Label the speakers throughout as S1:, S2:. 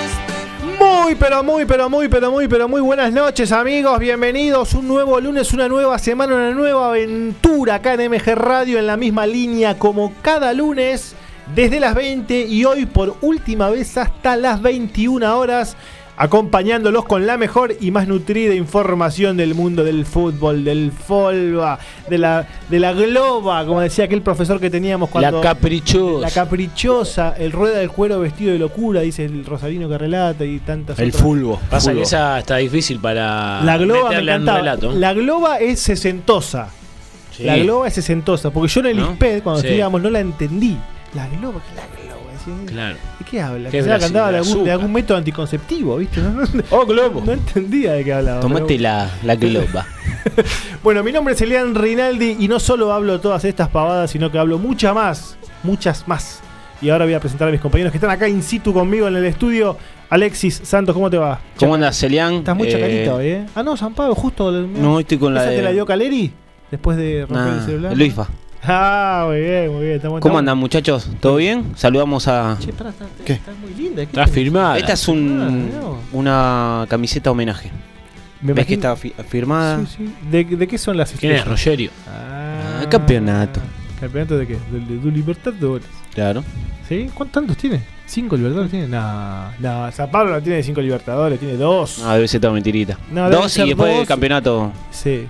S1: este- Muy, pero muy, pero muy, pero muy, pero muy buenas noches, amigos. Bienvenidos. Un nuevo lunes, una nueva semana, una nueva aventura acá en MG Radio, en la misma línea como cada lunes, desde las 20 y hoy por última vez hasta las 21 horas, acompañándolos con la mejor y más nutrida información del mundo del fútbol, del folba, de la, de la globa, como decía aquel profesor que teníamos cuando.
S2: La caprichosa.
S1: La caprichosa, el rueda del cuero vestido de locura, dice el Rosarino que relata y tantas
S2: El
S1: otras.
S2: fulbo.
S3: Pasa
S2: fulbo.
S3: que esa está difícil para
S1: La globa me
S3: meterla en un
S1: encantaba.
S3: Ah, relato.
S1: La globa es sesentosa.
S3: Sí.
S1: La globa es sesentosa. Porque yo en el
S3: ¿No?
S1: ISPED, cuando
S3: Sí.
S1: estudiábamos, no la entendí. La globa, ¿qué es la globa? Decía,
S3: Claro.
S1: ¿De qué habla?
S3: ¿Qué
S1: Que
S3: es
S1: se la
S3: Brasil?
S1: cantaba de
S3: ¿De
S1: algún, de
S3: azúcar?
S1: algún método anticonceptivo, ¿viste? No, no-
S2: Oh, globo.
S1: no entendía de qué hablaba.
S2: Tomate
S1: pero-
S2: la, la globa.
S1: Bueno, mi nombre es Elian Rinaldi y no solo hablo todas estas pavadas, sino que hablo muchas más. Muchas más. Y ahora voy a presentar a mis compañeros que están acá in situ conmigo en el estudio. Alexis Santos, ¿cómo te va?
S2: ¿Cómo andas, Celian?
S1: Estás muy
S2: Eh,
S1: chacarita hoy, ¿eh? Ah, no, San Pablo, justo.
S2: No, estoy con la
S1: ¿Esa
S2: de...
S1: te la dio Caleri? Después de romper
S2: Nah,
S1: el celular.
S2: Luisfa.
S1: Ah, muy bien, muy bien. Estamos,
S2: ¿Cómo
S1: estamos-
S2: andan, muchachos? ¿Todo bien? Saludamos a...
S1: Che, pará, está,
S2: ¿Qué?
S1: está muy linda. ¿qué
S3: Está
S1: te-
S3: firmada.
S2: Esta es
S1: Ah,
S2: un,
S1: mirá vos.
S2: una camiseta homenaje.
S1: Me
S2: ¿Ves que
S1: imagino-
S2: está fi- firmada?
S1: Sí, sí. ¿De, de qué son las
S3: ¿Quién es
S1: estrellas?
S3: Rogerio?
S1: Ah,
S2: Ah, campeonato.
S1: ¿Campeonato de qué? ¿De, de, de Libertad de Bolas?
S2: Claro.
S1: ¿Sí? ¿Cuántos tiene? ¿Cinco Libertadores tiene? No, no. San Pablo no tiene cinco Libertadores, tiene dos.
S2: Ah, debe ser toda mentirita.
S1: No, debe
S2: dos
S1: ser
S2: y después
S1: dos.
S2: del campeonato.
S1: Sí.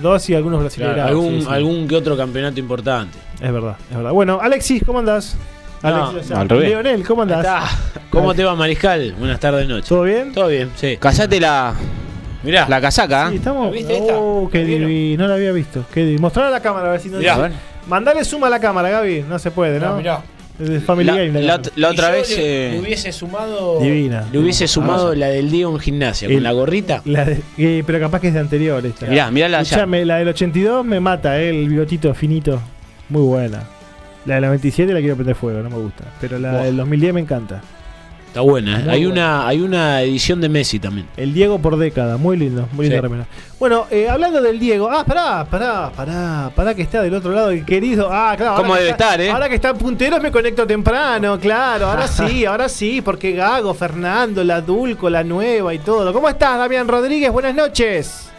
S1: Dos y algunos brasileños.
S3: Claro, algún,
S1: sí, sí.
S3: algún que otro campeonato importante.
S1: Es verdad, es verdad. Bueno, Alexis, ¿cómo andás?
S3: No,
S1: Alexis, o sea,
S2: al revés.
S1: Leonel, ¿cómo andás?
S3: Ahí está. ¿Cómo te va, Mariscal? Buenas tardes, noche.
S1: ¿Todo bien?
S3: Todo bien, sí.
S2: Callate la,
S3: Mirá,
S2: la casaca.
S1: Sí,
S2: ¿eh?
S1: estamos.
S3: ¿La viste esta?
S1: Oh, qué
S3: ¿La vieron?
S1: divino. No la había visto. Qué divino. Mostrala a la cámara a ver si no.
S3: Mirá.
S2: A ver.
S1: Mandale suma a la cámara, Gaby. No se puede, ¿no? Es de Family
S2: La,
S1: Game.
S2: la
S1: cámara.
S2: ot- la otra
S3: Y yo
S2: vez...
S3: le-
S2: eh,
S3: le hubiese sumado.
S1: Divina.
S3: Le hubiese sumado
S1: Ah,
S3: la del día en gimnasia,
S1: El-
S3: con la gorrita.
S1: la de- eh, pero capaz que es de anterior esta.
S2: Mirá, mirá la allá.
S1: Escuchame, la del 82 me mata, eh, el bigotito finito. Muy buena. La del 97 la quiero prender fuego, no me gusta. Pero la
S3: Buah.
S1: del 2010 me encanta.
S3: Está buena. ¿eh?
S1: Muy
S3: Hay,
S1: buena.
S3: Una, hay una edición de Messi también.
S1: El Diego por década, muy lindo, muy linda
S3: Sí.
S1: remera. Bueno, eh, hablando del Diego, ah, pará, pará, pará, pará que está del otro lado el querido. Ah, claro. ahora
S2: ¿Cómo
S1: que
S2: debe
S1: está-
S2: estar, eh?
S1: Ahora que está en punteros me conecto temprano, claro, ahora sí, ahora sí, porque Gago, Fernando, la Dulco, la Nueva y todo. ¿Cómo estás, Damián Rodríguez? Buenas noches.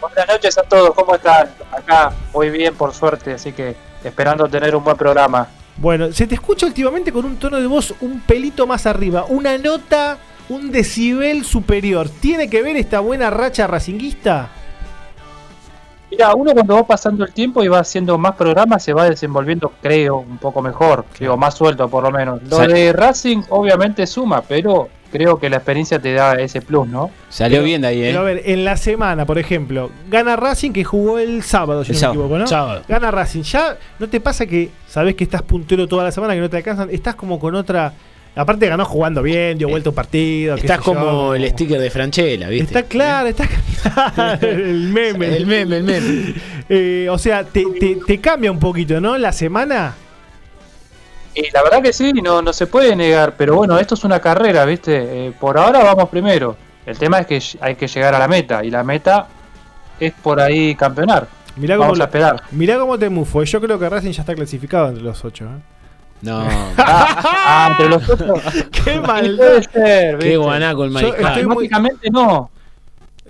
S4: Buenas noches a todos, ¿cómo están? Acá, muy bien, por suerte, así que esperando tener un buen programa.
S1: Bueno, se te escucha últimamente con un tono de voz un pelito más arriba, una nota, un decibel superior. ¿Tiene que ver esta buena racha racinguista?
S4: Mira, uno cuando va pasando el tiempo y va haciendo más programas se va desenvolviendo, creo, un poco mejor, digo, más suelto por lo menos. Lo
S2: Sal-
S4: de Racing obviamente suma, pero creo que la experiencia te da ese plus, ¿no?
S2: Salió
S1: Pero-
S2: bien de ahí,
S1: Pero a
S2: ¿eh?
S1: ver, en la semana, por ejemplo, gana Racing que jugó el sábado, si
S2: El
S1: no
S2: sábado,
S1: me equivoco, ¿no?
S3: Sábado.
S1: Gana Racing. Ya no te pasa que sabes que estás puntero toda la semana, que no te alcanzan, estás como con otra. Aparte ganó jugando bien, dio vuelta un partido. qué
S3: Eh, Estás
S1: sé yo,
S3: como el sticker de Franchella, ¿viste?
S1: Está claro, está claro. el meme.
S3: El meme, el meme.
S1: Eh, o sea, te, te- te cambia un poquito, ¿no? La semana.
S4: Y la verdad que sí, no, no se puede negar, pero bueno, esto es una carrera, ¿viste? Eh, por ahora vamos primero. El tema es que ll- hay que llegar a la meta, y la meta es por ahí campeonar.
S1: Mirá cómo,
S4: Vamos a esperar.
S1: mirá cómo te mufo. Yo creo que Racing ya está clasificado entre los ocho. ¿eh?
S2: No.
S4: Ah, entre los otros.
S1: ¡Qué
S4: Y
S1: maldad!
S4: puede ser, ¿viste?
S3: Qué guanaco el
S1: Yo
S3: mariscal.
S1: estoy muy-
S4: Matemáticamente no.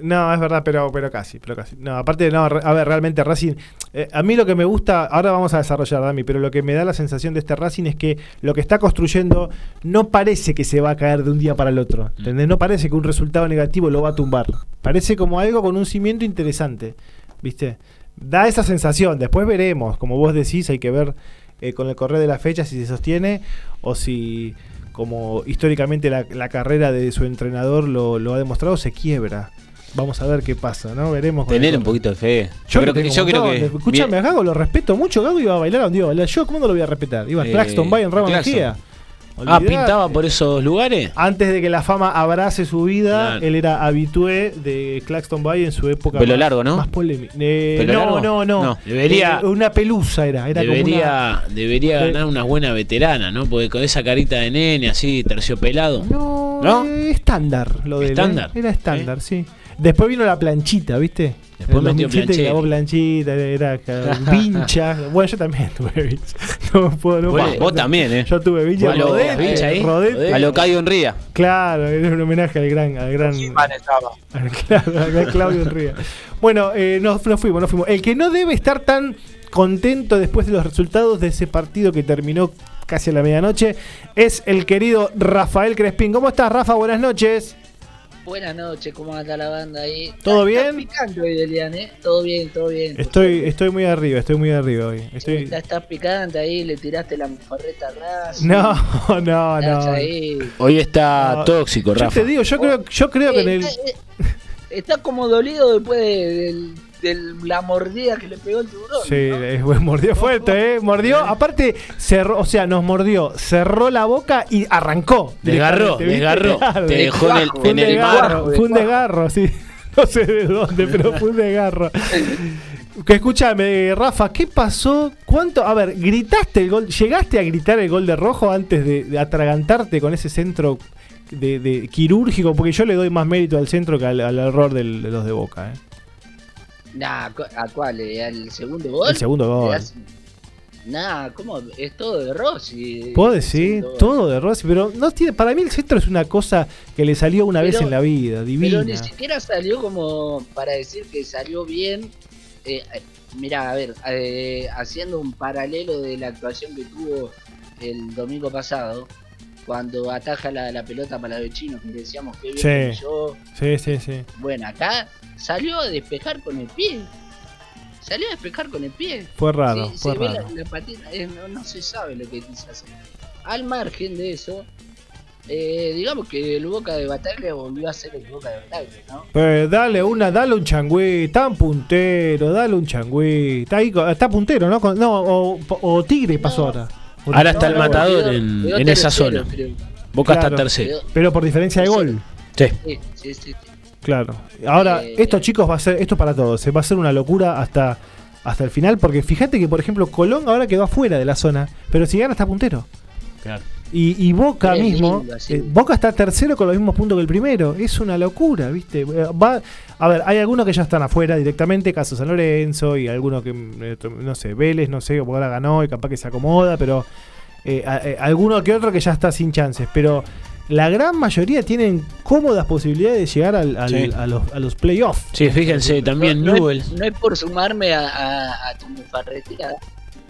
S1: No, es verdad, pero, pero casi, pero casi. No, aparte, no, re- a ver, realmente Racing. eh, a mí lo que me gusta, ahora vamos a desarrollar, Dami, pero lo que me da la sensación de este Racing es que lo que está construyendo no parece que se va a caer de un día para el otro.
S2: Mm.
S1: ¿Entendés? No parece que un resultado negativo lo va a tumbar. Parece como algo con un cimiento interesante. ¿Viste? Da esa sensación. Después veremos. Como vos decís, hay que ver eh, con el correr de la fecha si se sostiene o si, como históricamente la, la carrera de su entrenador lo, lo ha demostrado, se quiebra. Vamos a ver qué pasa, ¿no? Veremos. con
S2: Tener
S1: el
S2: un
S1: correr.
S2: poquito de fe.
S1: Yo,
S2: Yo, creo que. Yo creo que
S1: Escúchame, a
S2: bien,
S1: Gago lo respeto mucho. Gago iba a bailar a un día. bailar. Yo, ¿cómo no lo voy a respetar? Iba
S2: Eh,
S1: Claxton, Bayern, Rama
S2: Claxton.
S1: Mejía.
S3: Ah,
S1: Olvidate.
S3: pintaba por esos lugares.
S1: Antes de que la fama abrace su vida,
S3: Claro.
S1: él era habitué de Claxton Bay en su época.
S2: Pelo
S1: más-
S2: largo, ¿no?
S1: Más polémica. Eh,
S2: ¿Pelo
S1: no,
S2: largo?
S1: no, no,
S2: No,
S3: debería-
S1: Eh, una pelusa era. era como una-
S3: Debería, debería
S1: Eh.
S3: ganar una buena veterana, ¿no? Porque con esa carita de nene así, terciopelado.
S1: No,
S3: ¿No?
S1: eh, estándar lo de él,
S3: Estándar.
S1: ¿eh? Era estándar, sí. Después vino la planchita, ¿viste?
S3: Después
S1: En el
S3: metió
S1: 2007
S3: Plancheri.
S1: clavó planchita, era ca- vincha. Bueno, yo también tuve vincha. No puedo, no
S3: Vos-
S1: puedo.
S3: vos también, ¿eh?
S1: Yo tuve Villa
S3: Vos lo-
S1: Rodete,
S3: Villa ahí,
S1: Rodete.
S3: Rodete.
S2: A lo Caio Enría.
S1: Claro, era un homenaje al gran, al gran,
S4: He-Man estaba.
S1: al claro, al gran Claudio Enría. Bueno, eh, nos, nos fuimos, nos fuimos. El que no debe estar tan contento después de los resultados de ese partido que terminó casi a la medianoche es el querido Rafael Crespín. ¿Cómo estás, Rafa? Buenas noches.
S5: Buenas noches, ¿cómo anda la banda ahí?
S1: ¿Todo
S5: Ah,
S1: bien?
S5: Está picante hoy, Elian, ¿eh? Todo bien, todo bien.
S1: Estoy, estoy muy arriba, estoy muy arriba hoy. Estoy...
S5: Está, está picante ahí, le tiraste la mufarreta atrás.
S1: No, no,
S5: Nacho
S1: no.
S5: ahí.
S3: Hoy está
S1: No,
S3: tóxico,
S1: Yo
S3: Rafa.
S1: te digo, yo creo, yo creo que en el...
S5: Eh, eh, Está como dolido después de, del- del- la mordida que le pegó el tiburón.
S1: Sí,
S5: ¿no?
S1: eh, mordió fuerte, ¿eh? Mordió, aparte, cerró, o sea, nos mordió, cerró la boca y arrancó.
S3: Desgarró,
S1: directamente, ¿viste?
S3: desgarró.
S1: Claro.
S3: Te dejó en el,
S1: Fue un
S3: en el mar.
S1: desgarro, fue un desgarro, sí. No sé de dónde, pero fue un desgarro. Que escúchame, Rafa, ¿qué pasó? ¿Cuánto? A ver, gritaste el gol, llegaste a gritar el gol de rojo antes de, de atragantarte con ese centro de, de quirúrgico, porque yo le doy más mérito al centro que al, al error del- de los de Boca, ¿eh?
S5: Nah, cu- ¿a cuál? Eh, ¿Al segundo gol?
S1: El segundo gol.
S5: Le das- Nah, ¿cómo? Es todo de Rossi.
S1: Puedo decir
S5: Segundo gol.
S1: todo de Rossi, pero no tiene, para mí el centro es una cosa que le salió una vez
S5: Pero-
S1: en la vida, divina.
S5: Pero ni siquiera salió como para decir que salió bien. Eh, eh, mirá, a ver, eh, haciendo un paralelo de la actuación que tuvo el domingo pasado, cuando ataja la, la pelota para vecino, que decíamos que bien
S1: Sí.
S5: que yo.
S1: Sí, sí, sí.
S5: Bueno, acá salió a despejar con el pie. Salió a despejar con el pie.
S1: Fue raro,
S5: Sí,
S1: fue
S5: se ve
S1: raro.
S5: la- la patita, eh, no, no se sabe lo que quiso hacer. Al margen de eso, eh, digamos que el Boca de Bataglia volvió a ser el Boca de Bataglia, ¿no?
S1: Pues dale una, dale un changüí, tan puntero, dale un changüí. Está ahí, co- está puntero, ¿no? Con- No, o, o Tigre pasó
S5: No.
S1: ahora. O-
S3: Ahora está el
S5: No, no,
S3: matador
S5: quedó-
S3: en,
S5: quedó
S3: en esa
S5: tercero,
S3: zona.
S5: creo.
S3: Boca
S1: Claro.
S3: está tercero.
S5: Quedó-
S1: Pero por diferencia de gol.
S3: Sí.
S5: sí, sí, sí, sí.
S1: Claro. Ahora,
S5: Eh,
S1: esto chicos va a ser, esto es para todos, se va a ser una locura hasta, hasta el final, porque fíjate que por ejemplo Colón ahora quedó afuera de la zona, pero si gana está puntero.
S3: Claro.
S1: Y, y Boca
S5: Es
S1: mismo,
S5: lindo, sí.
S1: eh, Boca está tercero con los mismos puntos que el primero, es una locura, viste. Eh, Va, a ver, hay algunos que ya están afuera directamente, caso San Lorenzo y algunos que, mm, eh, to- no sé, Vélez, no sé, ahora ganó y capaz que se acomoda, pero eh, a- eh, alguno que otro que ya está sin chances, pero la gran mayoría tienen cómodas posibilidades de llegar al- al-
S3: Sí.
S1: a los, a los playoffs.
S3: Sí, fíjense, también
S5: no, no
S3: Newell.
S5: es, no es por sumarme a, a, a tu farreteada,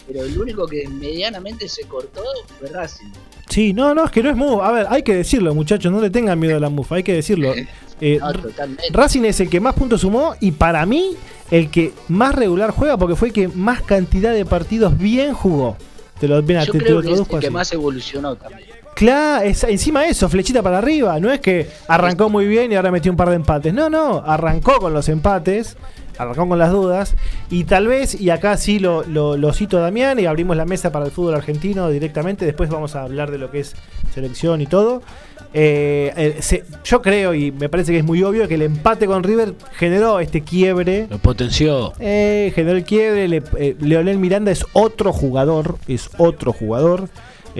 S5: pero el único que medianamente se cortó fue Racing.
S1: Sí, no, no, es que no es muy. A ver, hay que decirlo, muchachos, no le tengan miedo a la mufa, hay que decirlo. Eh,
S5: No, totalmente.
S1: Racing es el que más puntos sumó y para mí el que más regular juega porque fue el que más cantidad de partidos bien jugó. Te lo, ven,
S5: Yo
S1: te, te
S5: creo
S1: lo
S5: que es
S1: traduzco
S5: el que
S1: así.
S5: más evolucionó también.
S1: Claro, es- encima eso, flechita para arriba. No es que arrancó muy bien y ahora metió un par de empates. No, no, arrancó con los empates, arrancó con las dudas. Y tal vez, y acá sí lo, lo, lo cito a Damián y abrimos la mesa para el fútbol argentino directamente. Después vamos a hablar de lo que es selección y todo. Eh, eh, se- yo creo, y me parece que es muy obvio, que el empate con River generó este quiebre.
S3: Lo potenció.
S1: Eh, generó el quiebre. le- eh, Leonel Miranda es otro jugador. Es otro jugador.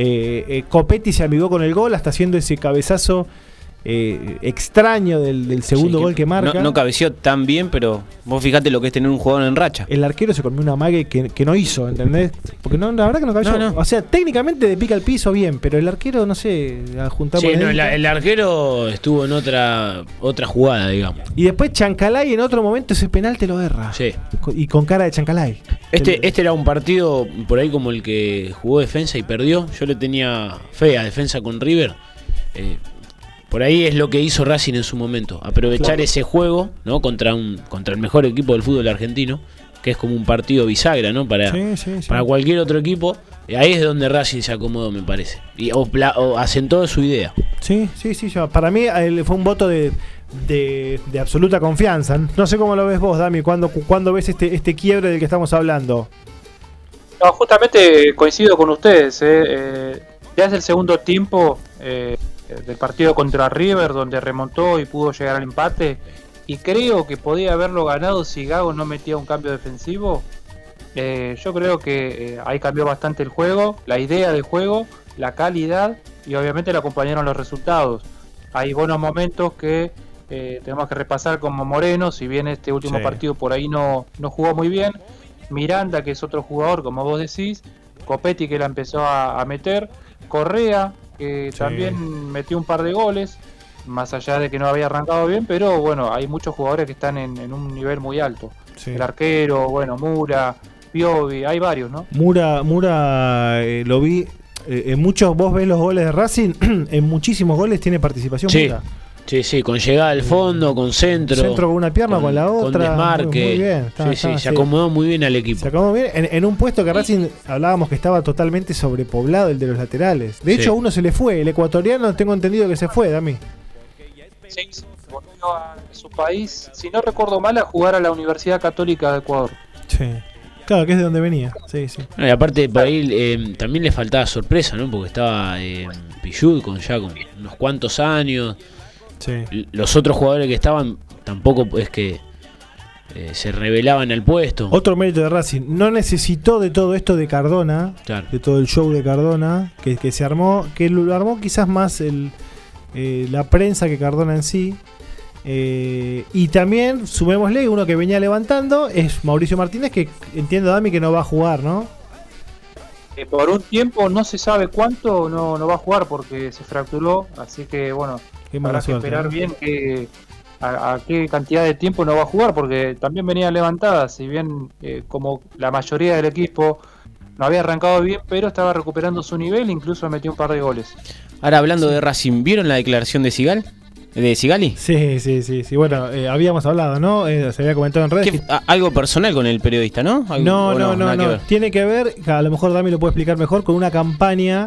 S1: Eh, eh, Copetti se amigó con el gol hasta haciendo ese cabezazo eh, extraño del, del segundo
S2: Sí,
S1: gol que marca.
S2: No, no cabeció tan bien, pero vos fijate lo que es tener un jugador en racha.
S1: el arquero se comió una mague que, que no hizo, ¿entendés? Porque no, la verdad que no cabeció.
S2: No, no.
S1: O sea, técnicamente de pica al piso bien, pero el arquero, no sé, a juntar
S3: Sí,
S1: por el
S3: no,
S1: dedito.
S3: la- el arquero estuvo en otra otra jugada, digamos.
S1: Y después Chancalay en otro momento ese penal te lo erra.
S3: Sí.
S1: Co- Y con cara de Chancalay.
S3: Este, este era un partido por ahí como el que jugó defensa y perdió. Yo le tenía fe a defensa con River. Eh, por ahí es lo que hizo Racing en su momento. Aprovechar ese juego, ¿no? Contra un, contra el mejor equipo del fútbol argentino, que es como un partido bisagra, ¿no? Para,
S1: Sí, sí, sí.
S3: para cualquier otro equipo. Eh, Ahí es donde Racing se acomodó, me parece. Y o pla- o asentó su idea.
S1: Sí, sí, sí. yo- para mí eh, fue un voto de, de- de absoluta confianza. No sé cómo lo ves vos, Dami, cuando, cuando ves este, este quiebre del que estamos hablando.
S4: No, justamente coincido con ustedes. eh, eh, ya es el segundo tiempo eh, del partido contra River, donde remontó y pudo llegar al empate. Y creo que podía haberlo ganado si Gago no metía un cambio defensivo. Eh, yo creo que eh, ahí cambió bastante el juego, la idea del juego, la calidad y obviamente le acompañaron los resultados. Hay buenos momentos que eh, tenemos que repasar como Moreno, si bien este último
S1: Sí.
S4: partido por ahí no, no jugó muy bien. Miranda, que es otro jugador, como vos decís, Copetti que la empezó a, a meter, Correa que
S1: Sí.
S4: también metió un par de goles, más allá de que no había arrancado bien, pero bueno, hay muchos jugadores que están en, en un nivel muy alto.
S1: Sí.
S4: El arquero, bueno, Mura, Piovi, hay varios, ¿no?
S1: Mura, Mura eh, lo vi. eh, en muchos, vos ves los goles de Racing, en muchísimos goles tiene participación
S3: Sí,
S1: Mura.
S3: Sí, sí, con llegada al fondo, con centro.
S1: Centro con una pierna, con, la otra.
S3: Con desmarque.
S1: Muy, muy bien. está-
S3: sí,
S1: está,
S3: sí, se acomodó muy bien al equipo.
S1: Se acabó bien. En, en un puesto que Racing hablábamos que estaba totalmente sobrepoblado, el de los laterales. De
S3: Sí.
S1: hecho, a uno se le fue. El ecuatoriano, tengo entendido que se fue, Dami.
S4: Sí, sí, volvió a su país, si no recuerdo mal, a jugar a la Universidad Católica de Ecuador.
S1: Sí. Claro, que es de donde venía. Sí, sí.
S3: No, y aparte, por ahí eh, también le faltaba sorpresa, ¿no? Porque estaba eh, Pillud con ya con unos cuantos años.
S1: sí.
S3: L- Los otros jugadores que estaban tampoco es que eh, se revelaban al puesto.
S1: Otro mérito de Racing. No necesitó de todo esto de Cardona,
S3: Claro.
S1: de todo el show de Cardona, que, que se armó, que lo armó quizás más el, eh, la prensa que Cardona en sí. Eh, y también, sumémosle, uno que venía levantando es Mauricio Martínez, que entiendo, Dami, que no va a jugar, ¿no?
S4: Eh, por un tiempo, no se sabe cuánto, no, no va a jugar porque se fracturó, así que bueno,
S1: Qué mala
S4: habrá que
S1: suerte,
S4: esperar
S1: ¿no?
S4: bien que, a, a qué cantidad de tiempo no va a jugar porque también venía levantada, si bien eh, como la mayoría del equipo no había arrancado bien, pero estaba recuperando su nivel, incluso metió un par de goles.
S2: Ahora hablando de Racing, ¿vieron la declaración de Sigal? ¿De Sigali?
S1: Sí, sí, sí, sí. Bueno, eh, habíamos hablado, ¿no? Eh, se había comentado en redes.
S2: ¿Qué-
S1: que-
S2: a- algo personal con el periodista, ¿no? Algo-
S1: No,
S2: o
S1: no, no,
S2: nada que
S1: no.
S2: ver.
S1: Tiene que ver, a lo mejor Dami lo puede explicar mejor, con una campaña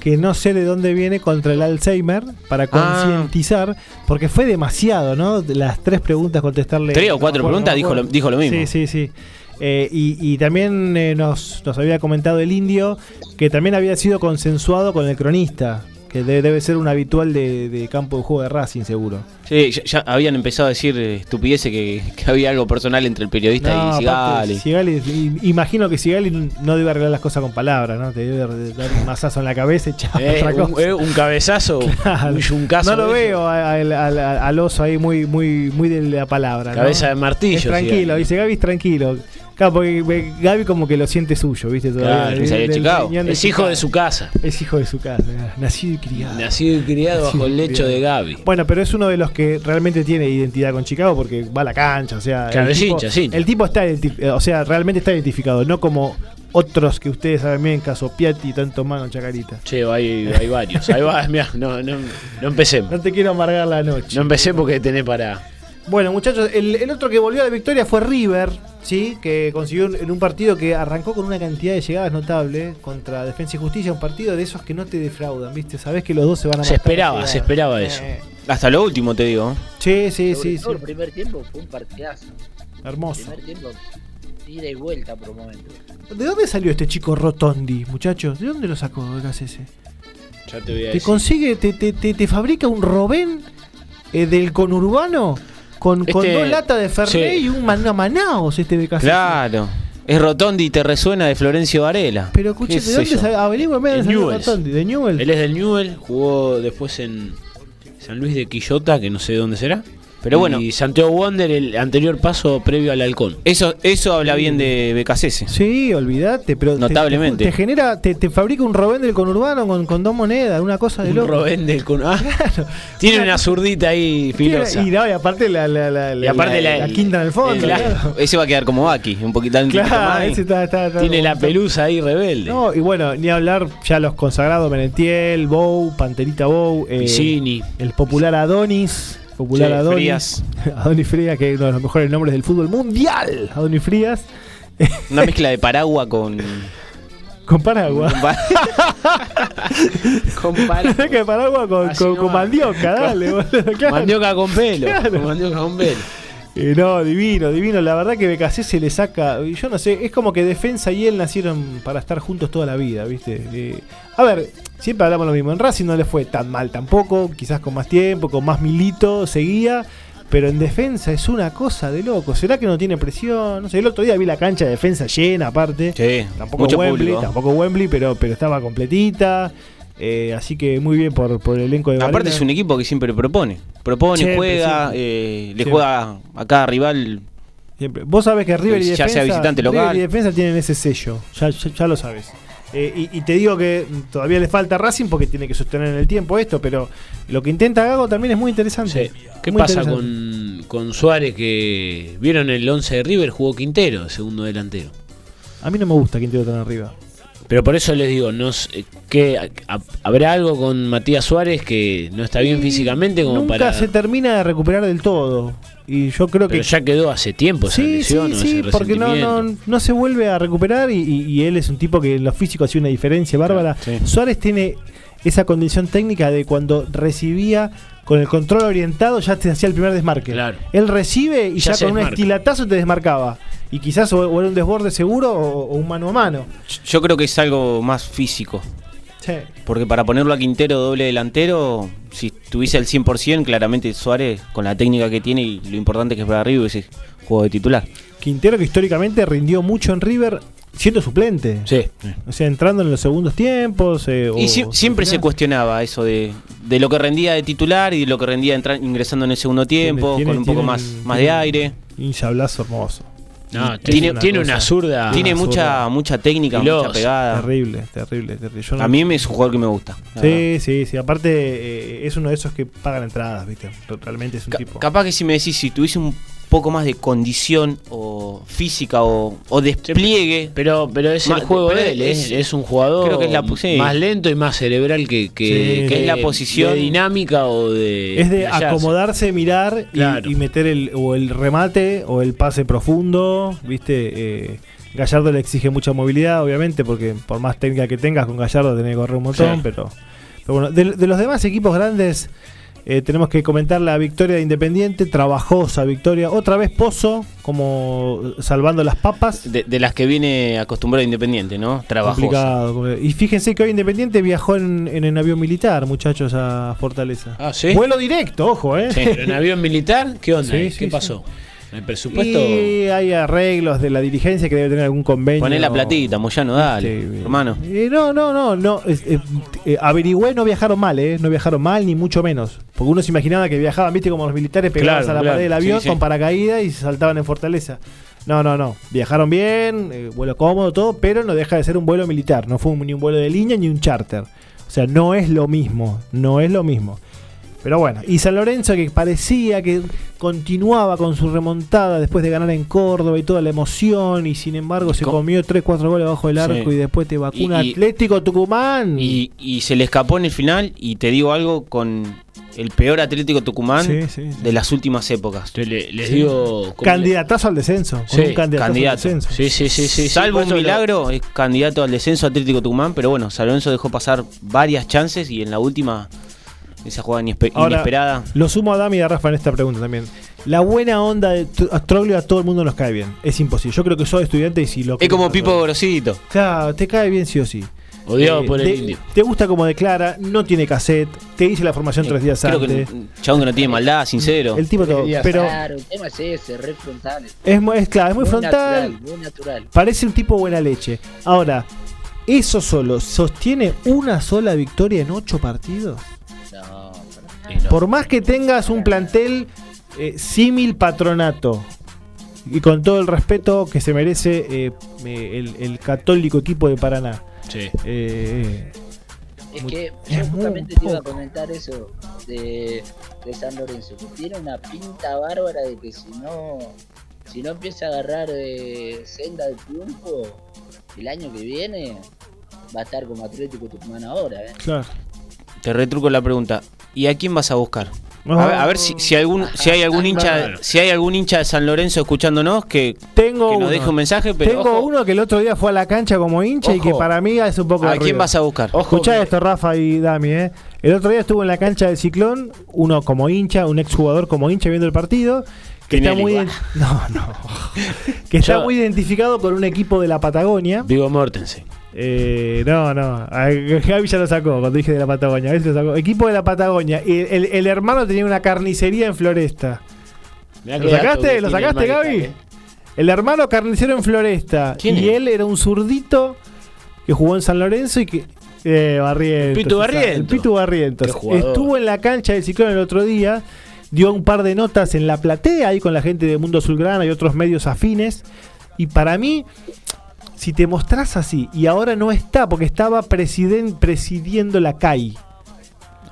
S1: que no sé de dónde viene contra el Alzheimer para
S2: Ah.
S1: concientizar, porque fue demasiado, ¿no? Las tres preguntas contestarle.
S2: Tres o cuatro
S1: no me acuerdo,
S2: preguntas, dijo lo,
S1: no me
S2: dijo lo mismo.
S1: acuerdo. Sí, sí, sí. Eh, y, y también eh, nos, nos había comentado el indio que también había sido consensuado con el cronista, que de- debe ser un habitual de, de campo de juego de Racing, seguro.
S2: Sí, ya, ya habían empezado a decir eh, estupideces que, que había algo personal entre el periodista
S1: No,
S2: y
S1: aparte,
S2: Sigali.
S1: Sigali, i- imagino que Sigali no debe arreglar las cosas con palabras, ¿no? Te debe dar un mazazo en la cabeza y chao,
S3: Eh,
S1: otra
S3: un,
S1: cosa.
S3: eh, un cabezazo,
S1: Claro.
S3: un yuncazo.
S1: no lo
S3: ¿viste?
S1: veo a- a- al- al- al oso ahí muy, muy, muy de la palabra. ¿no?
S3: Cabeza de martillo.
S1: Es tranquilo,
S3: sí.
S1: dice Gaby es tranquilo. Claro, porque eh, Gaby como que lo siente suyo, ¿viste?
S3: Claro,
S1: Todavía,
S2: que salió de Chicago.
S1: riñón
S3: Es hijo
S1: Chicago.
S3: de su casa.
S1: Es hijo de su casa, claro. nacido y criado.
S3: Nacido y criado
S1: Nacido
S3: bajo
S1: y
S3: el lecho
S1: criado.
S3: de Gaby.
S1: Bueno, pero es uno de los que realmente tiene identidad con Chicago porque va a la cancha, o sea.
S3: Claro,
S1: el,
S3: es
S1: tipo,
S3: hincha, es hincha.
S1: el tipo está, identi- eh, o sea, realmente está identificado, no como otros que ustedes saben bien, caso Piatti, tanto mano, Chacarita.
S3: Che, hay, hay varios. Ahí va, mirá, no, no, no empecemos.
S1: No te quiero amargar la noche.
S3: No empecé porque tenés para.
S1: Bueno, muchachos, el, el otro que volvió a la victoria fue River, ¿sí? Que consiguió un- en un partido que arrancó con una cantidad de llegadas notable contra Defensa y Justicia, un partido de esos que no te defraudan, ¿viste? Sabés que los dos se van a matar
S3: Se
S1: a
S3: esperaba,
S1: llegadas.
S3: se esperaba eso.
S1: Eh,
S2: Hasta lo último te digo.
S1: Sí, sí,
S5: Sobre
S1: sí, sí.
S5: todo El primer tiempo fue un partidazo. El
S1: Hermoso.
S5: primer tiempo, ida y vuelta por momentos.
S1: ¿De dónde salió este chico Rotondi, muchachos? ¿De dónde lo sacó el ese?
S3: Eh, Ya te voy
S1: ¿Te
S3: a decir.
S1: consigue, te, te, te, te fabrica un Robén eh, del conurbano con, con
S3: Este-
S1: dos latas de Ferré
S3: sí.
S1: y un man- una Manaos este BKC?
S2: Claro. Es Rotondi y te resuena de Florencio Varela.
S1: Pero
S2: ¿Qué
S1: escuché, ¿de
S2: sé
S1: dónde
S2: yo?
S1: salió? Averígüeme
S3: De
S1: de salió
S3: Newell's.
S1: Rotondi, de Newell.
S3: Él es del Newell, jugó después en San Luis de Quillota, que no sé dónde será.
S2: Pero bueno.
S3: Y Santiago Wander, el anterior paso previo al Halcón.
S2: Eso, eso habla bien de Becasese.
S1: Sí, olvídate, pero te-
S2: Notablemente.
S1: Te, genera, te, te fabrica un Robén del conurbano con, con dos monedas, una cosa Ah, de
S3: Un
S1: loco.
S3: Robén del Kun- ah, Tiene una zurdita ahí filosa.
S1: Y, no, y aparte la, la, la,
S3: Y aparte la-
S1: quinta en el fondo.
S3: el- la-
S1: claro,
S2: Ese va a quedar como Baki, un poquito, un poquito más
S1: Claro,
S2: ahí.
S1: ese está- está- está
S3: Tiene la
S1: como-
S3: pelusa ahí rebelde.
S1: No, y bueno, ni hablar ya los consagrados Menentiel, Bow, Panterita Bow, eh,
S3: Piscini.
S1: el popular Adonis, popular
S2: Sí,
S1: Adonis,
S2: Frías.
S1: Adonis Frías, que es uno de los mejores nombres del fútbol mundial, Adonis Frías,
S2: Una mezcla de Paraguas con.
S1: con Paraguas. Tenés que Paraguas con,
S3: Así
S1: con,
S3: nomás.
S1: con mandioca, dale, boludo, claro.
S3: Mandioca con pelo.
S1: Claro.
S3: Mandioca con pelo.
S1: Eh, no, divino, divino. La verdad que BKC se le saca. Yo no sé, es como que Defensa y él nacieron para estar juntos toda la vida, ¿viste? Eh, a ver, siempre hablamos lo mismo. En Racing no le fue tan mal tampoco, quizás con más tiempo, con más milito, seguía. Pero en defensa es una cosa de loco. ¿Será que no tiene presión? No sé, el otro día vi la cancha de defensa llena, aparte.
S2: Sí,
S1: Tampoco
S2: mucho
S1: Wembley,
S2: público.
S1: tampoco Wembley, pero, pero estaba completita. Eh, así que muy bien por, por el elenco de
S2: Aparte
S1: Varela.
S2: es un equipo que siempre propone. Propone,
S1: Siempre,
S2: juega,
S1: siempre.
S2: eh, le
S1: Siempre.
S2: juega a cada rival.
S1: Siempre. Vos sabés que River y
S2: Ya sea
S3: Pues
S1: Defensa,
S2: visitante,
S1: River
S2: local.
S1: y Defensa tienen ese sello, ya, ya- ya lo sabes. Eh, y, y te digo que todavía le falta a Racing porque tiene que sostener en el tiempo esto, pero lo que intenta Gago también es muy interesante.
S3: Sí. ¿Qué
S1: Muy
S3: pasa
S1: interesante.
S3: con, con Suárez que vieron el 11 de River? Jugó Quintero, segundo delantero.
S1: A mí no me gusta Quintero tan arriba.
S3: Pero por eso les digo, no sé, que habrá algo con Matías Suárez que no está bien físicamente como
S1: Nunca
S3: para
S1: se termina de recuperar del todo. Y yo creo
S3: pero
S1: que
S3: ya quedó hace tiempo esa
S1: sí,
S3: lesión
S1: sí,
S3: o
S1: sí,
S3: ese
S1: porque no, no,
S3: resentimiento.
S1: no se vuelve a recuperar y, y- y él es un tipo que en lo físico hace una diferencia bárbara.
S3: Sí.
S1: Suárez tiene esa condición técnica de cuando recibía con el control orientado ya te hacía el primer desmarque.
S3: Claro.
S1: Él recibe y
S3: Ya
S1: ya,
S3: se
S1: con un
S3: desmarca.
S1: estilatazo te desmarcaba. Y quizás o, o era un desborde seguro o, o un mano a mano.
S2: Yo creo que es algo más físico.
S1: Sí.
S2: Porque para ponerlo a Quintero doble delantero, si tuviese el 100%, claramente Suárez, con la técnica que tiene y lo importante que es para arriba, ese juego de titular.
S1: Quintero que históricamente rindió mucho en River siendo suplente.
S3: Sí.
S1: O sea, entrando en los segundos tiempos. eh, o-
S2: Y si-
S1: o
S2: siempre se
S1: final.
S2: cuestionaba eso de, de lo que rendía de titular y de lo que rendía entra- ingresando en el segundo tiempo,
S1: Tiene-
S2: con un poco
S1: tiene-
S2: más,
S1: tiene-
S2: más de aire.
S1: Un sablazo hermoso. Tiene
S3: No, tiene,
S1: una
S3: tiene una
S1: cosa.
S3: zurda.
S2: tiene
S1: zurda.
S2: mucha, mucha técnica,
S3: Veloz.
S2: mucha pegada.
S1: Terrible, terrible, terrible. Yo no-
S2: Ah. A mí es un jugador que me gusta. la verdad.
S1: Sí, sí, sí. Aparte, eh, es uno de esos que pagan entradas, ¿viste? Realmente es un
S2: Ca-
S1: tipo.
S2: capaz que si me decís, si tuviese un poco más de condición o física o, o despliegue,
S3: Pero, pero es
S2: Ma-
S3: el juego
S2: pero
S3: de él, es,
S2: es-
S3: es un jugador
S2: creo que es la pu- sí.
S3: más lento y más cerebral que, que,
S1: Sí.
S3: que
S1: Es
S2: la
S3: de-
S2: posición-
S3: de dinámica o de.
S1: es de
S3: playarse.
S1: acomodarse, mirar y-
S3: Claro.
S1: y, meter el, o el remate o el pase profundo, ¿viste? Eh, Gallardo le exige mucha movilidad, obviamente, porque por más técnica que tengas con Gallardo tenés que correr un montón,
S3: Claro.
S1: pero, pero bueno, de, de los demás equipos grandes eh, tenemos que comentar la victoria de Independiente, trabajosa victoria, otra vez Pozo como salvando las papas.
S2: de, de las que viene acostumbrado Independiente, ¿no? Trabajosa.
S1: Complicado, complicado. Y fíjense que hoy Independiente viajó en, en un avión militar, muchachos, a Fortaleza.
S3: Ah, sí.
S1: Vuelo directo, ojo, ¿eh?
S3: Sí, pero en avión militar, ¿qué onda?
S1: Sí,
S3: ¿Qué
S1: sí, sí.
S3: pasó? ¿El presupuesto?
S1: Y hay arreglos de la dirigencia que debe tener algún convenio.
S2: Poné la platita, Moyano, dale,
S1: Sí,
S2: hermano.
S1: eh, no, no, no, no. es- eh, eh, averigüé, no viajaron mal, ¿eh? No viajaron mal, ni mucho menos. Porque uno se imaginaba que viajaban, viste, como los militares pegados
S3: Claro,
S1: a la
S3: claro,
S1: pared del avión
S3: sí, sí.
S1: con paracaídas y se saltaban en Fortaleza. No, no, no. Viajaron bien, eh, vuelo cómodo, todo, pero no deja de ser un vuelo militar. No fue un- ni un vuelo de línea ni un charter. O sea, no es lo mismo. No es lo mismo. Pero bueno, y San Lorenzo que parecía que continuaba con su remontada después de ganar en Córdoba y toda la emoción, y sin embargo se
S2: Co-
S1: comió 3-4 goles bajo el
S2: Sí.
S1: arco y después te vacuna
S2: Y- y-
S1: Atlético Tucumán.
S2: Y, y se le escapó en el final, y te digo algo, con el peor Atlético Tucumán
S1: Sí, sí, sí.
S2: de las últimas épocas.
S3: Yo le- les digo. ¿cómo
S1: candidatazo al descenso. Con
S3: Sí,
S1: un candidatazo
S2: candidato.
S1: al descenso.
S3: le- Sí, sí, sí. sí sí,
S2: Salvo
S3: por
S2: un
S3: eso lo-
S2: milagro, es candidato al descenso Atlético Tucumán, pero bueno, San Lorenzo dejó pasar varias chances y en la última, esa jugada inespe-
S1: Ahora-
S2: inesperada.
S1: Lo sumo a Dami y a Rafa en esta pregunta también. La buena onda de Tr- a Troglio a todo el mundo nos cae bien. Es imposible. Yo creo que soy estudiante y si lo.
S2: Es como Pipo Grosito.
S1: Claro, te cae bien sí o sí.
S3: Odiado
S1: Eh,
S3: por el
S1: te,
S3: indio.
S1: te gusta como declara, no tiene cassette, te dice la formación tres días
S2: Creo que
S1: antes.
S2: el chabón que no tiene maldad, sincero.
S1: El tipo todo. Pero
S5: Claro, el tema es ese, re frontal.
S1: es, mu- es claro, es muy frontal.
S5: Natural, muy natural.
S1: Parece un tipo buena leche. Ahora, ¿eso solo sostiene una sola victoria en ocho partidos?
S5: No, pero-
S1: Por más que tengas un plantel eh, símil patronato, y con todo el respeto que se merece eh, eh, el, el católico equipo de Paraná.
S3: Sí.
S1: eh,
S5: Es
S1: Muy-
S5: que
S1: es
S5: yo
S1: muy
S5: justamente te iba a
S1: poco.
S5: comentar eso de, de San Lorenzo, que tiene una pinta bárbara de que si no, si no empieza a agarrar eh, senda de triunfo, el año que viene va a estar como Atlético Tucumán ahora, ¿eh?
S1: claro.
S2: Te retruco la pregunta. ¿Y a quién vas a buscar? A ver, a ver si, si algún, si hay algún hincha,
S3: Claro.
S2: si hay algún hincha de San Lorenzo escuchándonos que, que
S1: tengo
S2: nos
S1: uno.
S2: deje un mensaje, pero
S1: Tengo
S2: ojo,
S1: uno que el otro día fue a la cancha como hincha y
S2: Ojo.
S1: que para mí es un poco.
S2: ¿a
S1: de
S2: quién
S1: ruido.
S2: vas a buscar?
S3: Ojo
S1: Escuchá
S3: que-
S1: esto, Rafa y Dami, ¿eh? El otro día estuvo en la cancha del Ciclón, uno como hincha, un exjugador como hincha viendo el partido, que está
S3: Tinelli,
S1: muy...
S3: guau.
S1: No, no. que está
S3: Yo-
S1: muy identificado con un equipo de la Patagonia.
S3: Vigo Mortensen.
S1: Eh, no, no. A- Javi ya lo sacó cuando dije de la Patagonia. ese lo sacó. Equipo de la Patagonia. Y el, el hermano tenía una carnicería en Floresta.
S3: Mirá
S1: ¿Lo
S3: qué dato
S1: sacaste?
S3: que
S1: ¿Lo
S3: tiene
S1: sacaste,
S3: el Marica,
S1: Gaby?
S3: eh.
S1: El hermano carnicero en Floresta.
S2: ¿Quién
S1: y
S2: es?
S1: él era un zurdito que jugó en San Lorenzo y que. Eh, Barrientos.
S3: Pitu
S1: o sea, El
S3: Barrientos.
S1: Pitu Barrientos.
S3: Qué jugador.
S1: Estuvo en la cancha del ciclón el otro día. Dio un par de notas en la platea ahí con la gente de Mundo Azulgrana y otros medios afines. Y para mí, si te mostrás así, y ahora no está, porque estaba presiden- presidiendo la CAI.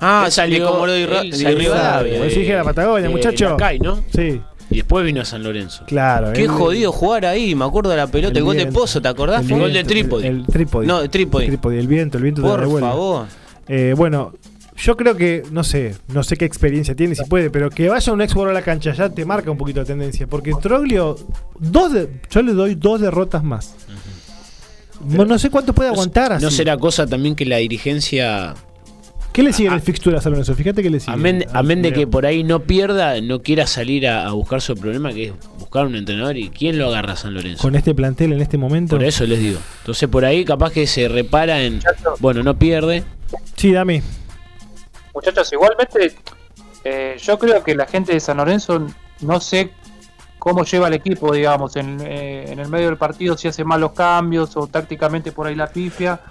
S3: Ah,
S2: Es de
S3: salió.
S2: Comodoro y
S3: él
S2: Ro- de
S3: salió
S2: Rivadavia.
S3: de-
S1: Por eso dije la Patagonia,
S3: de
S1: muchacho.
S3: Lacay, ¿no?
S1: Sí,
S3: Y después vino a San Lorenzo.
S1: claro.
S2: Qué
S1: el-
S2: jodido jugar ahí, me acuerdo de la pelota, el,
S1: El
S2: gol de
S1: viento.
S2: Pozo, ¿te acordás?
S1: el
S3: Fue gol de
S1: viento,
S3: trípode.
S1: El, el trípode.
S2: No, de trípode.
S1: Trípode, Este el viento, el viento te lo
S2: Por
S1: devuelve.
S2: favor.
S1: Eh, bueno, yo creo que, no sé, no sé qué experiencia tiene, si puede, pero que vaya un ex jugador a la cancha ya te marca un poquito la tendencia. Porque Troglio, dos de- yo le doy dos derrotas más. No- no sé cuánto puede aguantar así.
S3: ¿No será cosa también que la dirigencia,
S1: ¿Qué le sigue en
S3: a-
S1: el fixture a San Lorenzo? Fíjate que le sigue.
S3: Ah, amén,
S1: Ah,
S3: amén de
S1: mira.
S3: que por ahí no pierda, no quiera salir a, a buscar su problema, que es buscar un entrenador y quién lo agarra a San Lorenzo?
S1: Con este plantel en este momento.
S3: Por eso les digo. Entonces por ahí capaz que se repara en, bueno, no pierde.
S1: Sí, dame.
S4: Muchachos, igualmente, eh, yo creo que la gente de San Lorenzo no sé cómo lleva el equipo, digamos, en, eh, en el medio del partido, si hace malos cambios o tácticamente por ahí la pifia.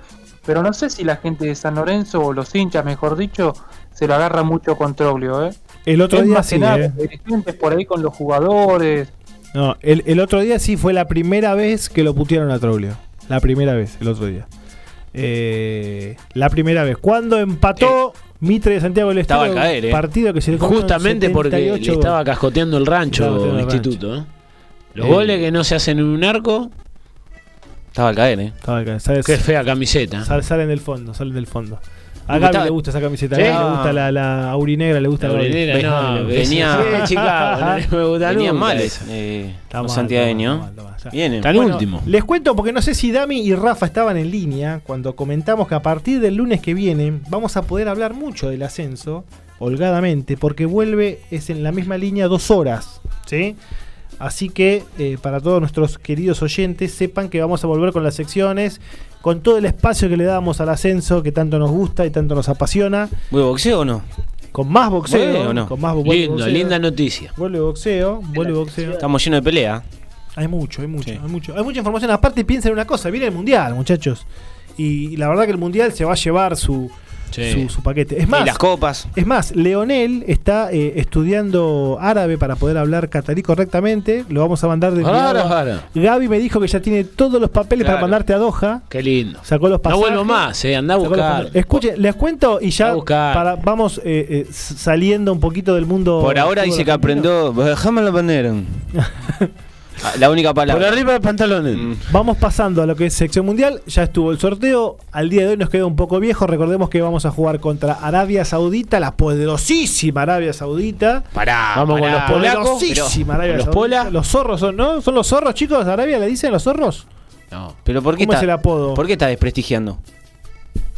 S4: Pero no sé si la gente de San Lorenzo, o los hinchas, mejor dicho, se lo agarra mucho con Troglio, ¿eh?
S1: El otro
S4: es
S1: día
S4: más que
S1: sí,
S4: nada,
S1: eh.
S4: los dirigentes por ahí con los jugadores.
S1: No, el, el otro día sí fue la primera vez que lo putearon a Troglio. La primera vez, el otro día. Eh, la primera vez. Cuando empató Mitre de Santiago del
S2: estaba
S1: Estero,
S2: al caer, eh.
S1: partido que se le comieron
S3: Justamente porque
S1: 78
S3: le estaba cascoteando el rancho
S1: Le estaba
S3: al
S1: cascoteando el
S3: instituto. ¿eh? Los
S1: Eh.
S3: goles que no se hacen en un arco,
S2: Estaba al caer, eh.
S1: Estaba al caer, sale-
S3: qué fea camiseta.
S1: sal- salen del fondo, salen del fondo. A Gaby
S2: Me gustaba-
S1: le gusta esa camiseta, a
S3: Sí.
S1: Gaby le gusta la, la aurinegra, le gusta
S3: La
S1: la
S3: bolera, no,
S1: Gaby le gusta.
S2: venía-
S3: venía Chicago, no me gusta
S2: Venían
S3: nunca
S2: mal,
S3: esa.
S2: eh,
S1: Está
S2: los
S1: mal,
S2: santiagueños.
S1: está mal, está mal, está mal.
S2: Vienen.
S3: Está en
S1: Bueno,
S3: último.
S1: Les cuento porque no sé si Dami y Rafa estaban en línea cuando comentamos que a partir del lunes que viene vamos a poder hablar mucho del ascenso, holgadamente, porque vuelve, es en la misma línea dos horas, ¿sí? Así que eh, para todos nuestros queridos oyentes, sepan que vamos a volver con las secciones, con todo el espacio que le damos al ascenso, que tanto nos gusta y tanto nos apasiona,
S2: ¿Voy boxeo o no?
S1: con más
S2: Bueno,
S1: boxeo,
S2: no.
S1: con más bo- vuelve
S3: Lindo,
S1: boxeo,
S3: linda noticia.
S1: Vuelve boxeo, vuelve boxeo.
S2: Estamos llenos de pelea. eh,
S1: Hay mucho, hay mucho,
S2: Sí.
S1: hay mucho. Hay mucha información. Aparte, piensen en una cosa: viene el mundial, muchachos. Y, y la verdad que el mundial se va a llevar su, su, su paquete. Es
S2: Y
S1: más,
S2: las copas.
S1: es más, Leonel está eh, estudiando árabe para poder hablar catarí correctamente. Lo vamos a mandar de
S3: Ahora,
S1: Milagro.
S3: ahora.
S1: Gaby me dijo que ya tiene todos los papeles para
S2: Claro.
S1: mandarte a Doha.
S3: Qué lindo.
S1: Sacó los
S3: No
S1: pasajes.
S3: vuelvo más, eh, andá a
S1: sacó los
S3: buscar.
S1: papeles. Escuchen, les cuento y
S3: A
S1: ya
S3: buscar.
S1: para- vamos eh, eh, s- saliendo un poquito del mundo.
S2: Por ahora
S1: del
S2: dice que
S1: fútbol argentino.
S2: aprendió. Déjame la bandera. Ah, la única palabra.
S3: Por arriba de pantalones.
S2: Mm.
S1: Vamos pasando a lo que es sección mundial. Ya estuvo el sorteo. Al día de hoy nos queda un poco viejo. Recordemos que vamos a jugar contra Arabia Saudita, la poderosísima Arabia Saudita.
S3: Pará. Vamos
S2: pará.
S3: con los polacos.
S1: Poderosísima Arabia
S3: ¿Los
S1: Saudita.
S3: pola?
S1: Los zorros son, ¿no? ¿Son los zorros, chicos? ¿Arabia le dicen los zorros?
S3: No.
S2: Pero ¿por qué
S1: ¿Cómo
S2: está,
S1: es el apodo?
S2: ¿Por qué está desprestigiando?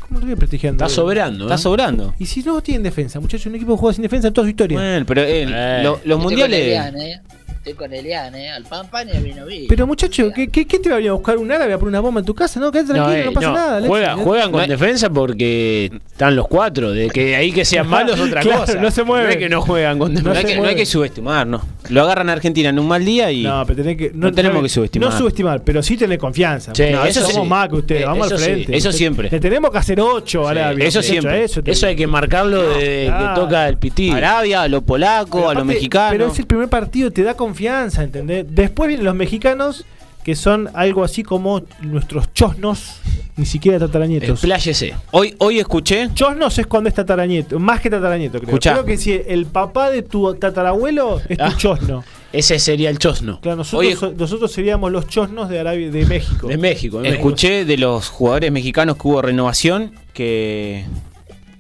S1: ¿Cómo lo estoy prestigiando?
S3: Está soberando.
S2: Está
S3: eh.
S2: sobrando.
S1: Y si no tienen defensa, muchachos, un equipo que juega sin defensa en toda su historia.
S2: Bueno, pero eh,
S3: Eh.
S2: lo- los mundiales.
S5: Estoy con Elian, eh. Estoy con Elian, eh. Al pan pan y al vino vino.
S1: Pero muchachos, ¿qué, qué, qué te va a venir a buscar un árabe a poner una bomba en tu casa? No, quédate
S3: No,
S1: tranquilo,
S3: eh,
S1: no, pasa
S3: no,
S1: nada. Alexis.
S3: juega- juegan con defensa porque están los cuatro. De que ahí que sean malos es otra
S1: Claro,
S3: cosa.
S1: no se mueven.
S3: No es que no juegan con
S2: No,
S1: No
S3: defensa.
S2: hay
S1: se
S2: que, no
S1: mueve.
S2: hay que subestimar, no. Lo agarran a Argentina en un mal día y.
S1: No, pero tenés que,
S2: No tenemos que subestimar.
S1: No subestimar, pero sí tener confianza.
S3: Sí,
S1: No,
S3: eso
S1: somos
S3: sí.
S1: más que ustedes,
S3: Eh,
S1: vamos
S3: eso
S1: al
S3: sí,
S1: frente.
S2: eso siempre.
S1: Le tenemos que hacer 8 a Arabia.
S2: eso
S1: muchachos,
S2: siempre.
S1: Eso, te
S3: Eso hay
S1: digo.
S3: que marcarlo desde
S1: claro.
S3: que toca el pitillo.
S2: Arabia, a lo polaco,
S1: Pero
S2: a lo
S1: aparte,
S2: mexicano.
S1: Pero es el primer partido, te da confianza, ¿entendés? Después vienen los mexicanos, que son algo así como nuestros chosnos, ni siquiera tataranietos.
S3: Expláyese.
S2: Hoy, hoy escuché.
S1: Chosnos es cuando es tataranieto, más que tataranieto, creo.
S2: Escuchá.
S1: Creo que si el papá de tu tatarabuelo es tu
S3: Ah.
S1: chosno.
S3: Ese sería el chosno.
S1: Claro, nosotros,
S2: Oye.
S1: so- nosotros seríamos los chosnos de Arabia, de México.
S3: De México. de México.
S2: Escuché de los jugadores mexicanos que hubo renovación, que,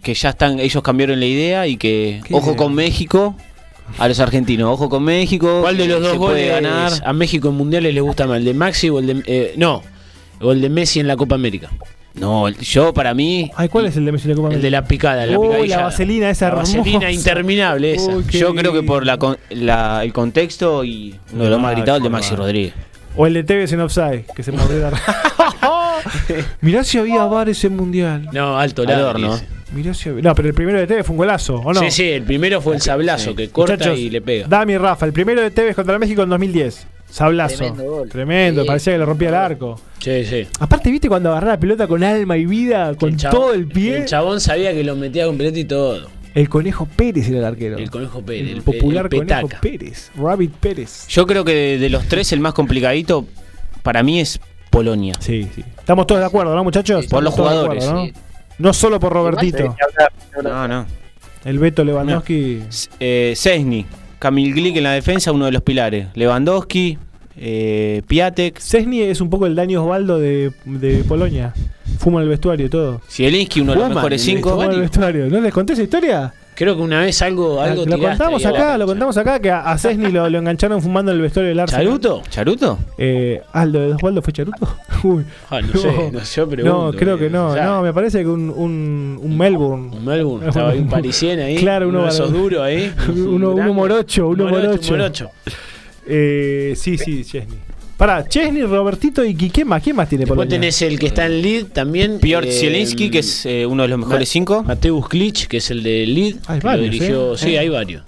S2: que ya están, ellos cambiaron la idea y que
S1: ¿Qué
S2: ojo
S1: idea?
S2: con México, a los argentinos, ojo con México.
S3: ¿Cuál de los
S2: que
S3: dos
S2: se puede
S3: goles
S2: ganar?
S3: a México en mundiales les gusta más? ¿El de Maxi o el de. eh, no, o el de Messi en la Copa América?
S2: No, el- yo para mí,
S1: Ay, ¿cuál es el de Messi de Copa
S3: El de
S1: América?
S3: la picada, la
S1: Uy,
S3: picadilla.
S1: la vaselina esa
S3: La
S1: hermosa.
S3: vaselina interminable esa.
S1: Uy, qué
S2: yo creo que por la,
S1: lindo.
S2: con- la- el contexto y uno de los más
S1: Ah,
S2: gritados, el de
S1: qué
S2: Maxi
S1: mal.
S2: Rodríguez.
S1: O el de Tevez en offside, que se mordió la Mirá si había VAR ese mundial.
S3: No, alto
S2: Al
S3: ladri
S2: horno.
S3: ese.
S1: Mirá si había- No, pero el primero de Tevez fue un golazo, ¿o no?
S3: Sí, sí, el primero fue el sablazo que corta
S1: Muchachos,
S3: y le pega.
S1: Dami y Rafa, el primero de Tevez contra México en 2010. Sablazo.
S5: Tremendo gol.
S1: Tremendo,
S5: Sí.
S1: parecía que le rompía el arco.
S3: Sí, sí.
S1: Aparte, ¿viste cuando agarraba la pelota con alma y vida, con
S3: chabón-
S1: todo el pie?
S3: El
S1: El,
S3: chabón sabía que lo metía completo y todo.
S1: conejo Pérez era el arquero.
S3: El conejo Pérez.
S1: El
S3: El,
S1: popular
S3: el petaca.
S1: conejo Pérez. Rabbit Pérez.
S2: Yo creo que de, de los tres el más complicadito para mí es Polonia.
S1: Sí, sí. Estamos todos de acuerdo, ¿no, muchachos?
S5: Por
S2: los
S1: Estamos todos de
S2: jugadores.
S1: acuerdo,
S5: Sí.
S1: ¿no? No solo por
S4: Sí,
S1: Robertito,
S4: eh, ni hablar, ni hablar.
S2: No, no.
S1: el Beto Lewandowski.
S2: S- Eh, Cesny, Kamil Glik en la defensa, uno de los pilares. Lewandowski, eh, Piatek,
S1: Cesny es un poco el Dani Osvaldo de, de Polonia. Fuma en el vestuario y todo.
S2: Zielinski, uno de los
S3: Fuman,
S2: mejores
S3: el
S2: cinco.
S1: Fuma en el vestuario. ¿No les conté esa historia?
S3: Creo que una vez algo, algo
S1: lo
S3: tiraste
S1: contamos
S3: ahí a la
S1: acá, lo
S3: cancha.
S1: contamos acá, que a, a Cesny lo, lo engancharon fumando en el vestuario del Arsenal.
S3: ¿Charuto?
S2: ¿Charuto?
S1: Eh, ah, lo de Osvaldo fue Charuto. Uy.
S3: Ah, no sé, no sé,
S1: No,
S3: yo pregunto,
S1: creo que
S3: eh,
S1: no.
S3: ya.
S1: No, me parece que un, un, un Melbourne.
S3: Un Melbourne, estaba ahí un parisien ahí.
S1: Claro, uno
S3: de esos
S1: varón.
S3: duros ahí.
S1: Uno- uno
S3: grande.
S1: morocho, uno morocho.
S3: Un morocho.
S1: Eh, sí, sí, Chesney. Pará, Chesney, Robertito y ¿quién más? ¿Quién más tiene
S3: Después
S1: Polonia?
S3: tenés el que está en lead también.
S2: Piotr
S3: eh,
S2: Zielinski, que es eh, uno de los mejores cinco.
S3: Mateusz Klitsch, que es el de lead.
S1: Hay
S3: que
S1: varios,
S3: lo dirigió,
S1: ¿eh?
S3: Sí,
S1: Eh.
S3: hay varios.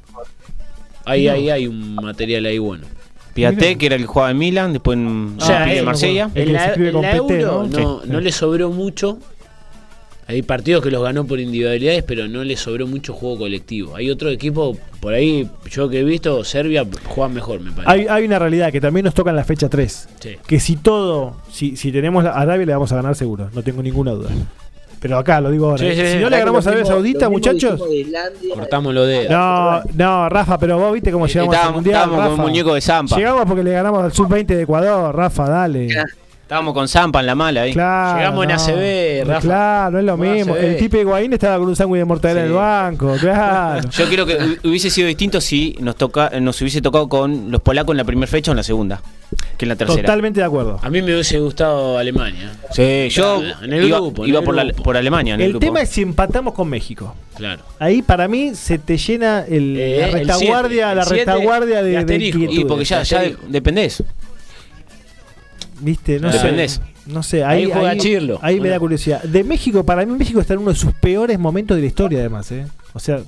S3: Hay,
S1: No.
S3: hay, hay un material ahí bueno.
S2: Piatek,
S1: Mirá.
S2: que era el que jugaba en Milan, después en
S1: Ah,
S2: se fue
S1: sí,
S2: de
S1: me
S2: Marsella.
S1: acuerdo. El que
S3: En
S1: se
S3: la,
S1: escribe
S3: en
S1: con
S3: la
S1: PT,
S3: Euro
S1: ¿no?
S3: no,
S1: Sí.
S3: no
S1: Sí.
S3: le sobró mucho. Hay partidos que los ganó por individualidades, pero no le sobró mucho juego colectivo. Hay otro equipo, por ahí, yo que he visto, Serbia juega mejor, me parece.
S1: Hay, hay una realidad que también nos toca en la fecha 3.
S3: Sí.
S1: Que si todo, si, si tenemos a Arabia le vamos a ganar seguro, no tengo ninguna duda. Pero acá lo digo ahora.
S3: Sí,
S1: ¿eh?
S3: sí,
S1: si
S3: sí.
S1: no le
S5: Mirá que
S1: ganamos a
S5: lo
S1: Arabia
S5: mismo-
S1: Saudita,
S5: lo mismo
S1: muchos.
S5: dijimos de Islandia,
S3: Cortamos los dedos.
S1: No, no, Rafa, pero vos viste cómo llegamos al
S2: Estábamos,
S1: mundial.
S2: estábamos con
S1: Rafa.
S2: el muñeco de Zampa.
S1: Llegamos porque le ganamos al sub-20 de Ecuador, Rafa, dale.
S2: Estábamos con Zampa en la mala ahí.
S1: Claro,
S3: Llegamos en ACB, Rafa.
S1: Claro, no es lo
S3: Con
S1: mismo.
S3: ACB.
S1: El tipo de Higuaín estaba con un sándwich de mortadela en el
S3: Sí.
S1: banco, claro.
S2: Yo creo que hu- hubiese sido distinto si nos toca, nos hubiese tocado con los polacos en la primera fecha o en la segunda, que en la tercera.
S1: Totalmente de acuerdo.
S3: A mí me hubiese gustado Alemania.
S2: Sí, yo
S3: En el
S2: iba,
S3: grupo, en
S2: iba
S3: el
S2: por, la-
S3: grupo.
S2: por Alemania. En el,
S1: El
S2: grupo.
S1: tema es si empatamos con México.
S3: Claro.
S1: Ahí para mí se te llena el,
S3: Eh,
S1: la
S3: el
S1: retaguardia,
S3: siete,
S1: la
S3: el siete
S1: retaguardia
S3: y
S1: de, de
S3: asterisco.
S2: y
S1: inquietudes.
S2: porque ya, ya de- dependés.
S1: Viste, no
S2: Dependés.
S1: sé. No sé, ahí,
S3: Ahí juega
S1: ahí-
S3: Chirlo.
S1: ahí me
S3: Bueno.
S1: da curiosidad. De México, para mí México está en uno de sus peores momentos de la historia, además. ¿eh? O sea,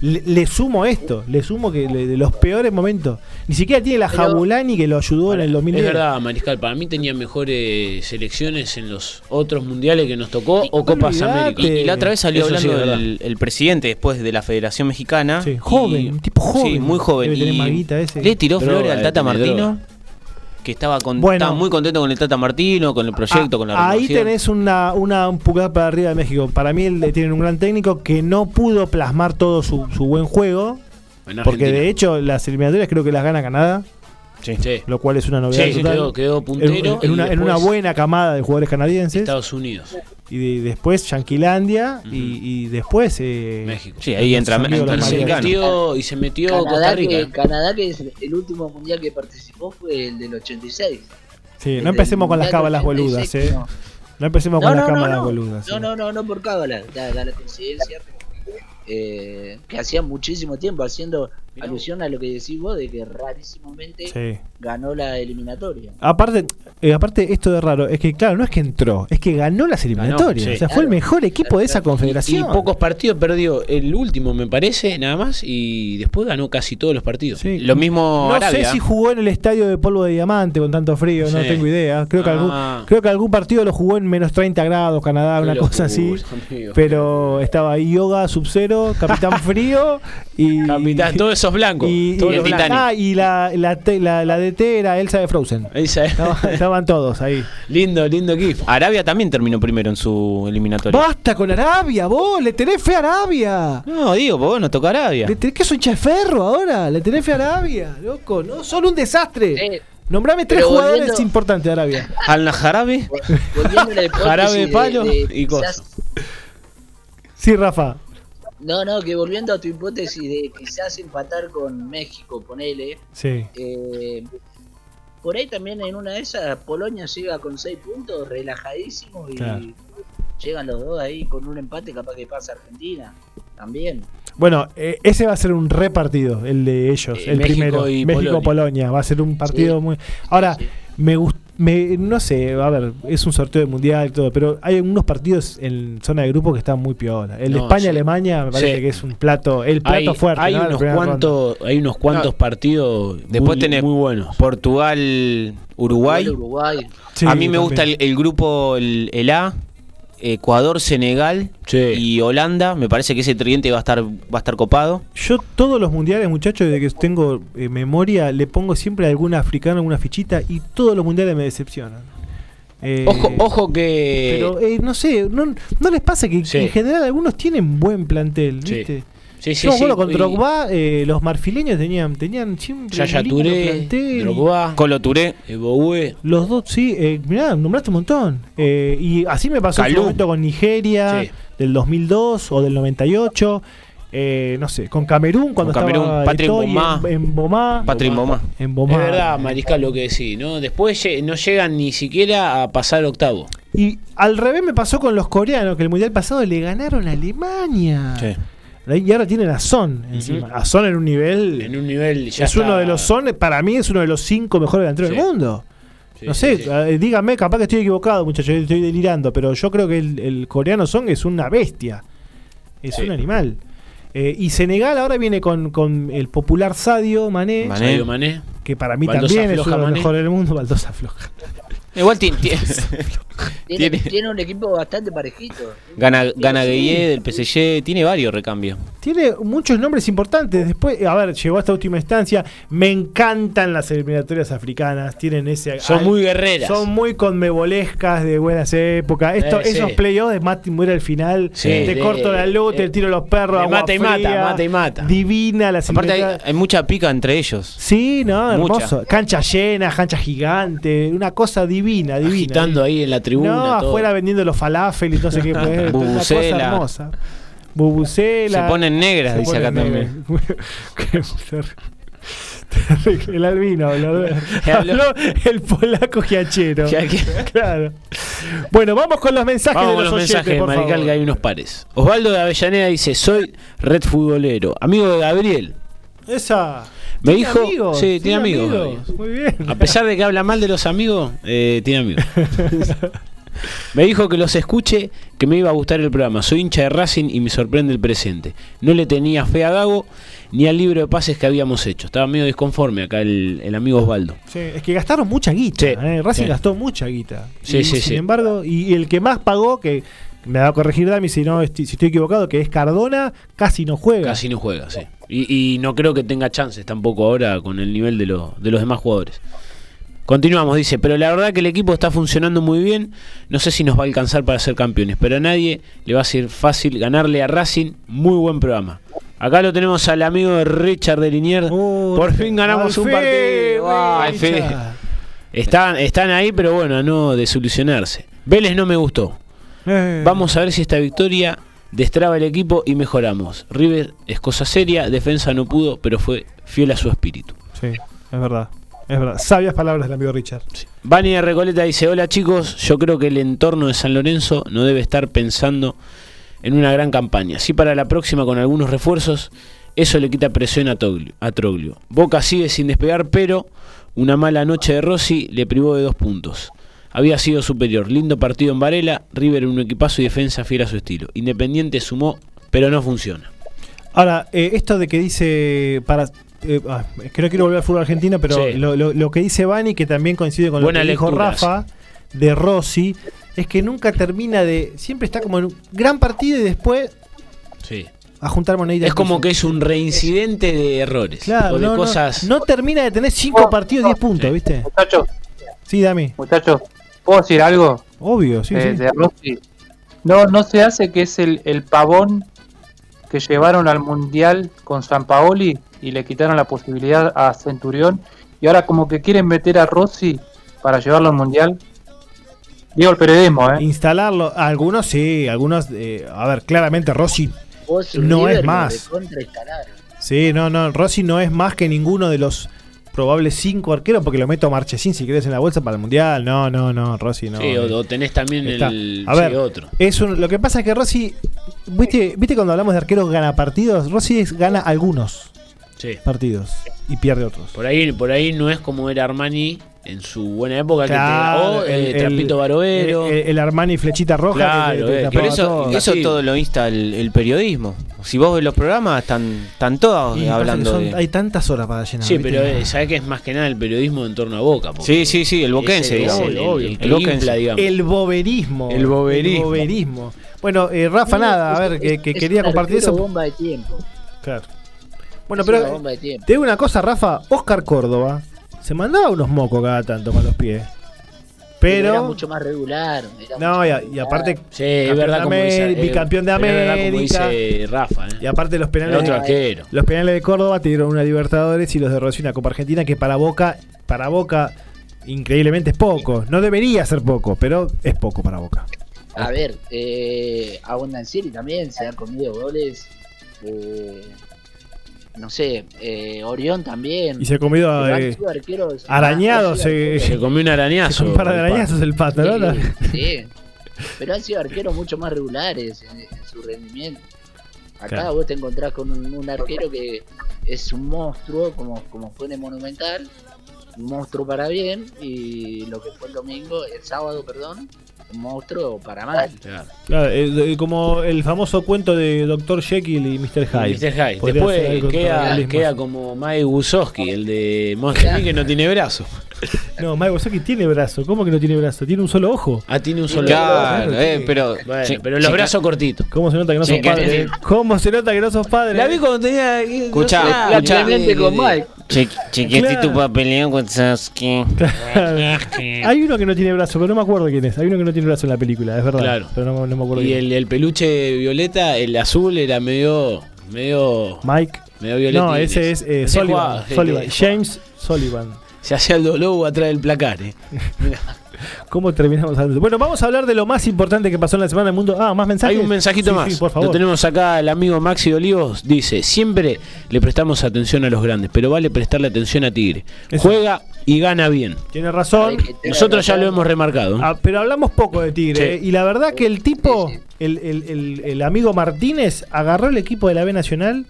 S1: le, le sumo esto, le sumo que le- de los peores momentos. Ni siquiera tiene la
S5: Pero-
S1: Jabulani que lo ayudó en el 2010.
S3: Es verdad, Mariscal, para mí tenía mejores selecciones en los otros mundiales que nos tocó o
S1: olvidate.
S3: Copas
S2: Y,
S3: América.
S2: y la otra vez salió
S3: Eso sí,
S2: hablando
S3: es verdad.
S2: el, el presidente después de la Federación Mexicana.
S1: Sí,
S2: y-
S1: joven, un tipo joven.
S2: Sí, muy joven.
S1: Debe tener
S2: y
S1: maguita ese.
S2: Le tiró
S3: Droga,
S2: flores al
S3: debe
S2: Tata
S3: tener
S2: Martino,
S3: eh, droga.
S2: que estaba, con,
S1: Bueno.
S2: estaba muy contento con el Tata Martino, con el proyecto,
S1: Ah,
S2: con la
S1: ahí
S2: renovación.
S1: tenés una, una pulgada para arriba de México. Para mí el- tienen un gran técnico que no pudo plasmar todo su, su buen juego.
S3: En
S1: Porque
S3: Argentina.
S1: de hecho las eliminatorias creo que las gana Canadá,
S3: Sí.
S1: lo cual es una novedad.
S3: Sí,
S1: total.
S3: quedó, quedó
S1: en, en-
S3: puntero.
S1: en
S3: y
S1: una, en
S3: después
S1: una buena camada de jugadores canadienses.
S3: Estados Unidos,
S1: Y de- después Yanquilandia
S3: Ujú.
S1: y, y después... eh,
S3: México.
S2: Sí, ahí entra,
S1: Los amigos de
S2: entra
S3: Y
S2: el
S1: los
S3: se,
S1: Americano.
S2: mexicano.
S3: metió, y se metió Costa
S5: Canadá,
S3: Rica.
S5: que, Canadá, que es el último mundial que participó fue el del 86.
S1: sí,
S5: El
S1: no empecemos
S5: del
S1: con las
S5: mundial
S1: cábalas boludas,
S5: 86,
S1: eh.
S5: no.
S1: No empecemos
S5: No,
S1: con
S5: no,
S1: las
S5: no,
S1: cábalas
S5: no.
S1: boludas.
S5: No,
S1: sí.
S5: no, no, no por cábala, da, da la coincidencia eh, que hacía muchísimo tiempo haciendo alusión a lo que decís vos de que rarísimamente
S1: Sí.
S5: ganó la eliminatoria.
S1: Aparte, eh, aparte, esto de raro, es que claro, no es que entró, es que ganó las eliminatorias.
S3: sí.
S1: o sea, fue el
S5: Claro.
S1: mejor equipo de esa
S5: Claro.
S1: confederación.
S3: Y pocos partidos perdió. El último, me parece, nada más. Y después ganó casi todos los partidos.
S1: Sí.
S2: Lo mismo
S1: No
S2: Arabia. ¿eh?
S1: sé si jugó en el estadio de polvo de diamante con tanto frío, no
S3: Sí.
S1: tengo idea. Creo que,
S3: Ah.
S1: algún, creo que algún partido lo jugó en menos 30 grados, Canadá,
S3: Qué
S1: una cosa así.
S3: locura, amigo.
S1: Pero estaba ahí Yoga, Sub-Zero, Capitán Frío y.
S3: Capitán, todos esos blancos.
S1: y,
S3: todos
S1: y-
S2: los
S1: y-
S2: Titanic.
S1: ah, y la, la, te- la, la DT era Elsa de Frozen.
S3: Esa es.
S1: Estaba- estaban todos ahí.
S3: lindo, lindo equipo.
S2: Arabia también terminó primero en su eliminatoria.
S1: ¡Basta con Arabia, vos! ¡Le tenés fe a Arabia!
S2: No, digo, pues bueno, toca Arabia.
S1: Le tenés que soy ferro ahora, le tenés fe a Arabia, loco, no, son un desastre.
S5: Eh,
S1: Nombrame tres
S5: pero
S1: jugadores
S5: volviendo-
S1: importantes de Arabia.
S2: Al Najarabe.
S5: volviendo a la hipótesis
S3: Jarabe de palo y
S5: quizás-
S1: Sí, Rafa.
S5: No, no, que volviendo a tu hipótesis de quizás empatar con México, ponele.
S1: Sí.
S5: eh, por ahí también en una de esas, Polonia llega con 6 puntos, relajadísimo, y
S1: Claro.
S5: llegan los dos ahí con un empate, capaz que pasa Argentina. También.
S1: Bueno, eh, ese va a ser un repartido, el de ellos,
S3: Eh,
S1: el
S3: México
S1: primero.
S3: y
S1: México-Polonia.
S3: Polonia.
S1: Va a ser un partido muy. Ahora,
S5: Sí.
S1: me gust- me- no sé, a ver, es un sorteo de mundial y todo, pero hay unos partidos en zona de grupo que están muy peor. El de
S3: No, sí.
S1: España-Alemania me parece
S3: Sí.
S1: que es un plato, el plato
S3: hay,
S1: fuerte.
S3: hay
S1: ¿no? La
S3: unos
S1: primera ronda.
S3: cuantos, hay unos
S2: No.
S3: cuantos partidos
S2: Después
S3: muy,
S2: tenés-
S3: muy buenos.
S2: Portugal, Uruguay.
S5: Uruguay.
S1: Sí,
S2: a mí me gusta
S1: también.
S2: el, el grupo el, el A, Ecuador, Senegal
S3: Sí.
S2: y Holanda. Me parece que ese tridente va a estar va a estar copado.
S1: Yo todos los mundiales, muchachos, desde que tengo eh, memoria, le pongo siempre a algún africano, alguna fichita, y todos los mundiales me decepcionan. Eh,
S3: Ojo, ojo que.
S1: Pero eh, no sé, no, no les pasa que
S3: Sí.
S1: en general algunos tienen buen plantel,
S3: Sí.
S1: ¿viste?
S3: Sí, sí,
S1: Yo me
S3: sí,
S1: acuerdo con
S3: y-
S1: Drogba, eh, los marfileños tenían, tenían siempre
S3: Yaya
S1: un lindo
S3: Touré,
S1: plantel.
S3: Drogba,
S2: Colo Touré,
S3: eh, Boue.
S1: Los dos, sí, eh, mirá, nombraste un montón. Eh, y así me pasó en su
S3: Kalou.
S1: momento con Nigeria
S3: Sí.
S1: del 2002 o del 98. eh, no sé, con Camerún cuando
S2: Con Camerún,
S1: estaba
S2: Patrick
S1: Eto'o y
S2: Mbomá.
S1: en, en Bomá.
S2: Patrick
S3: Bomá.
S2: Momá.
S1: en Bomá.
S3: Es verdad, Mariscal, lo que decís, ¿no? Después lle- no llegan ni siquiera a pasar octavo.
S1: Y al revés me pasó con los coreanos, que el mundial pasado le ganaron a Alemania. Y ahora tienen a Son encima. A Son en un nivel.
S3: En un nivel ya.
S1: es
S3: está-
S1: uno de los Son, para mí es uno de los cinco mejores delanteros
S3: Sí.
S1: del mundo.
S3: Sí,
S1: no
S3: sí,
S1: sé,
S3: sí.
S1: eh, dígame, capaz que estoy equivocado, muchachos, estoy delirando, pero yo creo que el, el coreano Song es una bestia. Es
S3: Sí.
S1: un animal. Eh, y Senegal ahora viene con, con el popular Sadio Mané,
S2: Mané.
S3: Sadio Mané.
S1: que para mí
S3: Baldosa
S1: también es
S3: floja,
S1: uno de los
S3: Mané.
S1: mejores del mundo, baldosa floja.
S2: Igual ti- ti-
S5: Tiene,
S2: Tiene-
S5: tiene un equipo bastante parejito.
S2: gana, gana Gueye del PSG, tiene varios recambios.
S1: Tiene muchos nombres importantes. Después, eh, a ver, llegó a esta última instancia. Me encantan las eliminatorias africanas. Tienen ese.
S3: Son
S1: al-
S3: muy guerreras.
S1: Son muy conmebolescas de buenas épocas. Esto,
S3: Eh, sí.
S1: esos playoffs de Mati muere al final.
S3: Sí,
S1: te
S3: de-
S1: corto la luz, te
S3: de-
S1: tiro los perros.
S3: de
S1: agua
S3: mata y mata,
S1: fría,
S3: mata y mata.
S1: Divina la
S2: Aparte hay,
S1: simetría.
S2: hay mucha pica entre ellos.
S1: Sí, no,
S2: Mucha.
S1: hermoso. Cancha llena, cancha gigante. Una cosa divina, divina.
S3: Agitando ahí en la tribuna.
S1: no,
S3: todo.
S1: afuera vendiendo los falafel y no sé qué. pues, una cosa
S2: Bubucela.
S1: hermosa. Bubucela.
S2: Se ponen negras,
S1: Se
S2: dice
S1: pone
S2: acá
S1: negro.
S2: también.
S1: Qué ter- terrible. El albino habló.
S3: Habló.
S1: Habló el polaco giachero.
S3: Ya que-
S1: Claro. Bueno, vamos con los mensajes
S3: Vamos
S1: de
S3: con
S1: los,
S3: los
S1: oyentes,
S3: mensajes,
S1: por
S3: Marical,
S1: favor.
S3: que hay unos pares. Osvaldo de Avellaneda dice: Soy red futbolero, amigo de Gabriel.
S1: Esa.
S3: Me
S1: ¿Tiene
S3: dijo.
S1: amigos?
S3: sí, tiene amigos. Ah. Gabriel.
S1: Muy bien.
S3: A pesar de que habla mal de los amigos, eh, tiene amigos. me dijo que los escuche, que me iba a gustar el programa. Soy hincha de Racing y me sorprende el presente. No le tenía fe a Gago ni al libro de pases que habíamos hecho. Estaba medio disconforme acá el, el amigo Osvaldo.
S1: Sí, es que gastaron mucha guita.
S3: Sí,
S1: ¿eh? Racing
S3: sí.
S1: gastó mucha guita.
S3: Sí,
S1: Y,
S3: sí,
S1: sin
S3: sí.
S1: embargo, y, y el que más pagó, que me va a corregir Dami si no esti- si estoy equivocado, que es Cardona, casi no juega.
S3: Casi no juega, sí. Y, y no creo que tenga chances tampoco ahora con el nivel de, lo- de los demás jugadores. Continuamos, dice, pero la verdad que el equipo está funcionando muy bien. No sé si nos va a alcanzar para ser campeones, pero a nadie le va a ser fácil ganarle a Racing. Muy buen programa. Acá lo tenemos al amigo Richard de Liniers.
S1: Oh,
S3: Por fin ganamos
S1: al
S3: un
S1: Fe,
S3: partido. Ah,
S1: Richard.
S3: Fe. Están, están ahí, pero bueno, a no desilusionarse. Vélez no me gustó.
S1: Eh.
S3: Vamos a ver si esta victoria destraba el equipo y mejoramos. River es cosa seria, defensa no pudo, pero fue fiel a su espíritu.
S1: Sí, es verdad. Es verdad. Sabias palabras del amigo Richard.
S3: Vania Recoleta dice, hola chicos, yo creo que el entorno de San Lorenzo no debe estar pensando en una gran campaña. Sí para la próxima con algunos refuerzos, eso le quita presión a, Toglio- a Troglio. Boca sigue sin despegar, pero una mala noche de Rossi le privó de dos puntos. Había sido superior, lindo partido en Varela, River un equipazo y defensa fiel a su estilo. Independiente sumó, pero no funciona.
S1: Ahora, eh, esto de que dice para. eh, ah, es que no quiero volver al fútbol argentino, pero
S3: Sí.
S1: lo, lo- lo que dice Vani, que también coincide con
S3: Buena
S1: lo que dijo
S3: lectura,
S1: Rafa de Rossi, es que nunca termina de. Siempre está como en un gran partido y después
S3: Sí.
S1: a juntar moneditas.
S3: Es como que es un reincidente de errores
S1: Claro,
S3: o de
S1: no, no,
S3: cosas.
S1: no termina de tener cinco
S4: No,
S1: partidos,
S4: no.
S1: 10 puntos,
S3: Sí.
S1: ¿viste?
S4: Muchachos,
S1: Sí, Dami.
S4: muchachos, ¿puedo decir algo?
S1: Obvio, sí,
S4: Eh,
S1: sí.
S4: de Rossi. No, no se hace que es el, el pavón que llevaron al Mundial con San Paoli y le quitaron la posibilidad a Centurión y ahora como que quieren meter a Rossi para llevarlo al Mundial. Digo el periodismo, ¿eh?
S1: Instalarlo. Algunos sí, algunos. eh, a ver, claramente Rossi
S5: Vos,
S1: No
S5: River,
S1: es más.
S5: lo recontraescalaron.
S1: Sí, no, no. Rossi no es más que ninguno de los probables cinco arqueros, porque lo meto a Marchesín si querés en la bolsa para el mundial. No, no, no, Rossi no.
S3: Sí, o, o tenés también
S1: Está.
S3: el
S1: A ver.
S3: sí, otro.
S1: Es un- lo que pasa es que Rossi, viste, viste cuando hablamos de arqueros gana partidos, Rossi es- gana algunos
S3: Sí.
S1: partidos y pierde otros.
S3: Por ahí, por ahí no es como era Armani en su buena época
S1: Claro,
S3: que te, o, eh,
S1: el-
S3: Trapito
S1: el- eh,
S3: Barovero.
S1: El, el Armani flechita roja.
S3: Claro, eh,
S1: tapaba
S2: Pero
S3: Pero
S2: eso,
S1: todo.
S3: todo.
S2: eso todo lo insta el, el periodismo. Si vos ves los programas, están, están todos
S1: Y pasa que
S2: hablando
S1: son-
S2: de...
S1: Hay tantas horas para llenar.
S3: sí,
S1: ¿viste?
S3: pero eh, sabés que es más que nada el periodismo en torno a Boca. porque
S2: Sí, sí, sí, el
S3: es
S2: boquense,
S3: el-
S2: digamos.
S3: el- el- el que
S2: El boquense.
S3: infla, digamos.
S1: El boberismo.
S3: El boberismo.
S1: El boberismo. Bueno, eh, Rafa, nada, a ver, que, que
S5: Es
S1: quería
S5: un
S1: compartir
S5: arquero
S1: eso.
S5: bomba de tiempo.
S1: Claro. Bueno,
S5: Es una
S1: pero
S5: bomba de tiempo.
S1: te digo una cosa, Rafa. Oscar Córdoba se mandaba unos mocos cada tanto con los pies.
S5: era
S1: Pero.
S5: mucho más regular.
S1: No, y,
S5: era mucho más
S1: a- y
S5: regular.
S1: aparte.
S3: Sí, es verdad como dice.
S1: América,
S3: eh,
S1: bicampeón de
S3: es verdad como
S1: América.
S3: dice Rafa,
S1: Y
S3: ¿eh?
S1: aparte los
S3: El
S1: penales.
S3: otro
S1: de-
S3: arquero.
S1: Los penales de Córdoba te dieron una Libertadores y los de Rossi una Copa Argentina que para Boca, para Boca, increíblemente es poco. No debería ser poco, pero es poco para Boca.
S5: A ver, eh, a Bondancieri también se ha comido goles. eh, no sé, eh, Orión también.
S1: Y se ha comido
S5: Pero
S1: a,
S5: han
S1: eh,
S5: sido arqueros- ah,
S1: Arañado
S5: han sido
S1: se-
S3: Se
S5: arqueros-
S3: comió un arañazo.
S1: un par de
S3: el
S1: arañazos el pato, ¿no?
S5: Sí, sí. Pero han sido arqueros mucho más regulares en, en su rendimiento. Acá
S1: Claro.
S5: vos te encontrás con un, un arquero que es un monstruo, como, como fue en el Monumental. Un monstruo para bien. Y lo que fue el domingo, el sábado, perdón. Un monstruo para mal.
S3: Papa. Claro.
S1: Claro, eh, de- como el famoso cuento de Dr. Jekyll y Mr.
S3: Y
S1: Hyde.
S3: Mr.
S1: Podría
S3: Hyde.
S1: hacer algo
S3: Después
S1: con
S3: queda,
S1: realismo.
S3: queda como Mike Gusowski, el de Monster
S5: Claro.
S3: Inc, que no tiene brazo.
S1: No, Mike Wazowski tiene brazo. ¿Cómo que no tiene brazo? Tiene un solo ojo.
S3: Ah, tiene un solo
S2: Claro,
S1: Claro,
S2: eh,
S1: sí.
S2: pero.
S3: Bueno,
S2: sí,
S3: pero los
S2: sí,
S3: brazos cortitos.
S1: ¿Cómo se nota que no
S2: Sí,
S1: sos
S2: que-
S1: padre?
S2: sí.
S1: ¿Cómo se nota que no sos padre?
S3: cuando tenía.
S2: Escuchá, no sé, escuchá.
S5: Clemente con Mike.
S2: che- Chequeaste
S1: Claro.
S2: tu papeleo con Sasuke.
S3: Ah,
S1: Hay uno que no tiene brazo, pero no me acuerdo quién es. Hay uno que no tiene brazo en la película, es verdad.
S3: Claro.
S1: Pero no, no me acuerdo
S3: Y
S1: quién.
S3: el, el peluche violeta, el azul, era medio. medio.
S1: Mike.
S3: medio violeta.
S1: No, ese es eh, Sullivan. Sullivan. James Sullivan.
S3: este, Se hacía el dolobo atrás del placar, eh.
S1: ¿Cómo terminamos hablando? Bueno, vamos a hablar de lo más importante que pasó en la semana del mundo. Ah, más mensajes.
S3: Hay un mensajito
S1: Sí,
S3: más.
S1: Sí, por
S3: Lo
S1: favor.
S3: tenemos acá el amigo Maxi Olivos. Dice: Siempre le prestamos atención a los grandes, pero vale prestarle atención a Tigre.
S1: Eso.
S3: Juega y gana bien.
S1: Tiene razón.
S5: Hay que tener
S3: Nosotros ya lo
S5: razón.
S3: hemos remarcado.
S1: Ah, pero hablamos poco de Tigre.
S3: Sí.
S1: eh, Y la verdad que el tipo,
S5: Sí, sí.
S1: El, el- el- el amigo Martínez, agarró el equipo de la B Nacional